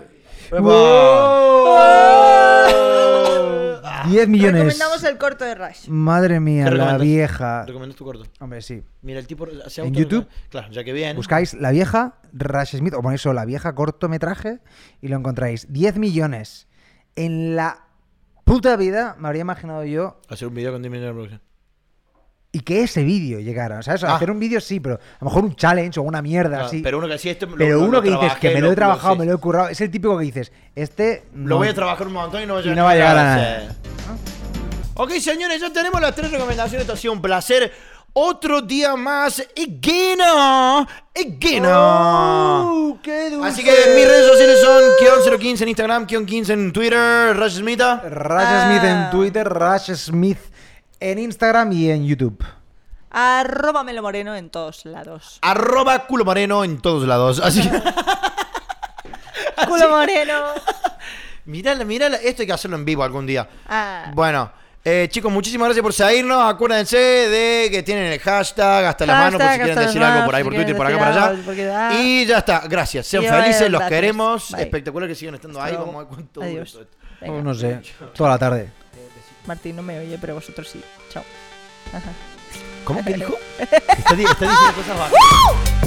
[SPEAKER 2] ¡Wow!
[SPEAKER 3] 10 millones.
[SPEAKER 1] Recomendamos el corto de
[SPEAKER 2] Mm.
[SPEAKER 1] Rush.
[SPEAKER 3] Madre mía,
[SPEAKER 2] ¿Qué
[SPEAKER 3] la
[SPEAKER 2] recomiendas?
[SPEAKER 3] vieja.
[SPEAKER 2] Recomiendas tu Ah, corto.
[SPEAKER 3] Hombre, sí.
[SPEAKER 2] Mira, el tipo se
[SPEAKER 3] ¿En
[SPEAKER 2] auto-
[SPEAKER 3] YouTube?
[SPEAKER 2] Claro, ya que bien.
[SPEAKER 3] Buscáis la vieja Rush Smith, o ponéis solo la vieja cortometraje y lo encontráis. 10 millones. En la puta vida me habría imaginado yo
[SPEAKER 2] Hacer un video con 10 millones de producción.
[SPEAKER 3] y que ese vídeo llegara. ¿Sabes?
[SPEAKER 2] Ah.
[SPEAKER 3] Hacer un vídeo sí, pero a lo mejor un challenge o una mierda
[SPEAKER 2] Claro,
[SPEAKER 3] así.
[SPEAKER 2] Ah, Pero uno que decía esto. lo-
[SPEAKER 3] Pero
[SPEAKER 2] lo-
[SPEAKER 3] uno
[SPEAKER 2] lo
[SPEAKER 3] que dices
[SPEAKER 2] trabajé,
[SPEAKER 3] que me lo he trabajado,
[SPEAKER 2] sí.
[SPEAKER 3] me lo he currado. Es el típico que dices, este.
[SPEAKER 2] Lo
[SPEAKER 3] no.
[SPEAKER 2] voy a trabajar un montón y no va a llegar,
[SPEAKER 3] no va a llegar a
[SPEAKER 2] sí.
[SPEAKER 3] nada.
[SPEAKER 2] Ok, señores, ya tenemos las tres recomendaciones. Esto ha sido un placer. Otro día más. Again. oh, Again. oh.
[SPEAKER 3] ¡Uh, ¡Qué dulce!
[SPEAKER 2] Así que mis redes sociales son Kion015 en Instagram, Kion15 en Twitter, Rash Smita.
[SPEAKER 3] Rush Smith en Twitter, Rush Smith en Instagram y en YouTube.
[SPEAKER 1] Arroba Melo Moreno en todos lados.
[SPEAKER 2] Arroba culo moreno en todos lados. Así que.
[SPEAKER 1] Culo Moreno.
[SPEAKER 2] Mírala, mírala. Esto hay que hacerlo en vivo algún día.
[SPEAKER 1] Ah.
[SPEAKER 2] Bueno, eh, chicos, muchísimas gracias por seguirnos. Acuérdense de que tienen el hashtag hasta las manos por si
[SPEAKER 1] Hashtag
[SPEAKER 2] quieren
[SPEAKER 1] hasta las
[SPEAKER 2] decir algo
[SPEAKER 1] manos,
[SPEAKER 2] por ahí,
[SPEAKER 1] si
[SPEAKER 2] por Twitter,
[SPEAKER 1] quieren
[SPEAKER 2] por acá, por
[SPEAKER 1] decir
[SPEAKER 2] allá.
[SPEAKER 1] algo, porque, ah.
[SPEAKER 2] Y ya está, gracias. Sean
[SPEAKER 1] Y vaya,
[SPEAKER 2] felices, los
[SPEAKER 1] gracias.
[SPEAKER 2] queremos.
[SPEAKER 1] Bye.
[SPEAKER 2] Espectacular que sigan estando ahí.
[SPEAKER 1] Hasta
[SPEAKER 2] Vamos a ver
[SPEAKER 1] luego.
[SPEAKER 2] cuánto dura
[SPEAKER 1] Adiós.
[SPEAKER 2] todo esto.
[SPEAKER 1] Venga.
[SPEAKER 3] no sé, toda la tarde.
[SPEAKER 1] Martín no me oye, pero vosotros sí. Chao. Ajá.
[SPEAKER 2] ¿Cómo que dijo? está, di- está diciendo cosas bajas.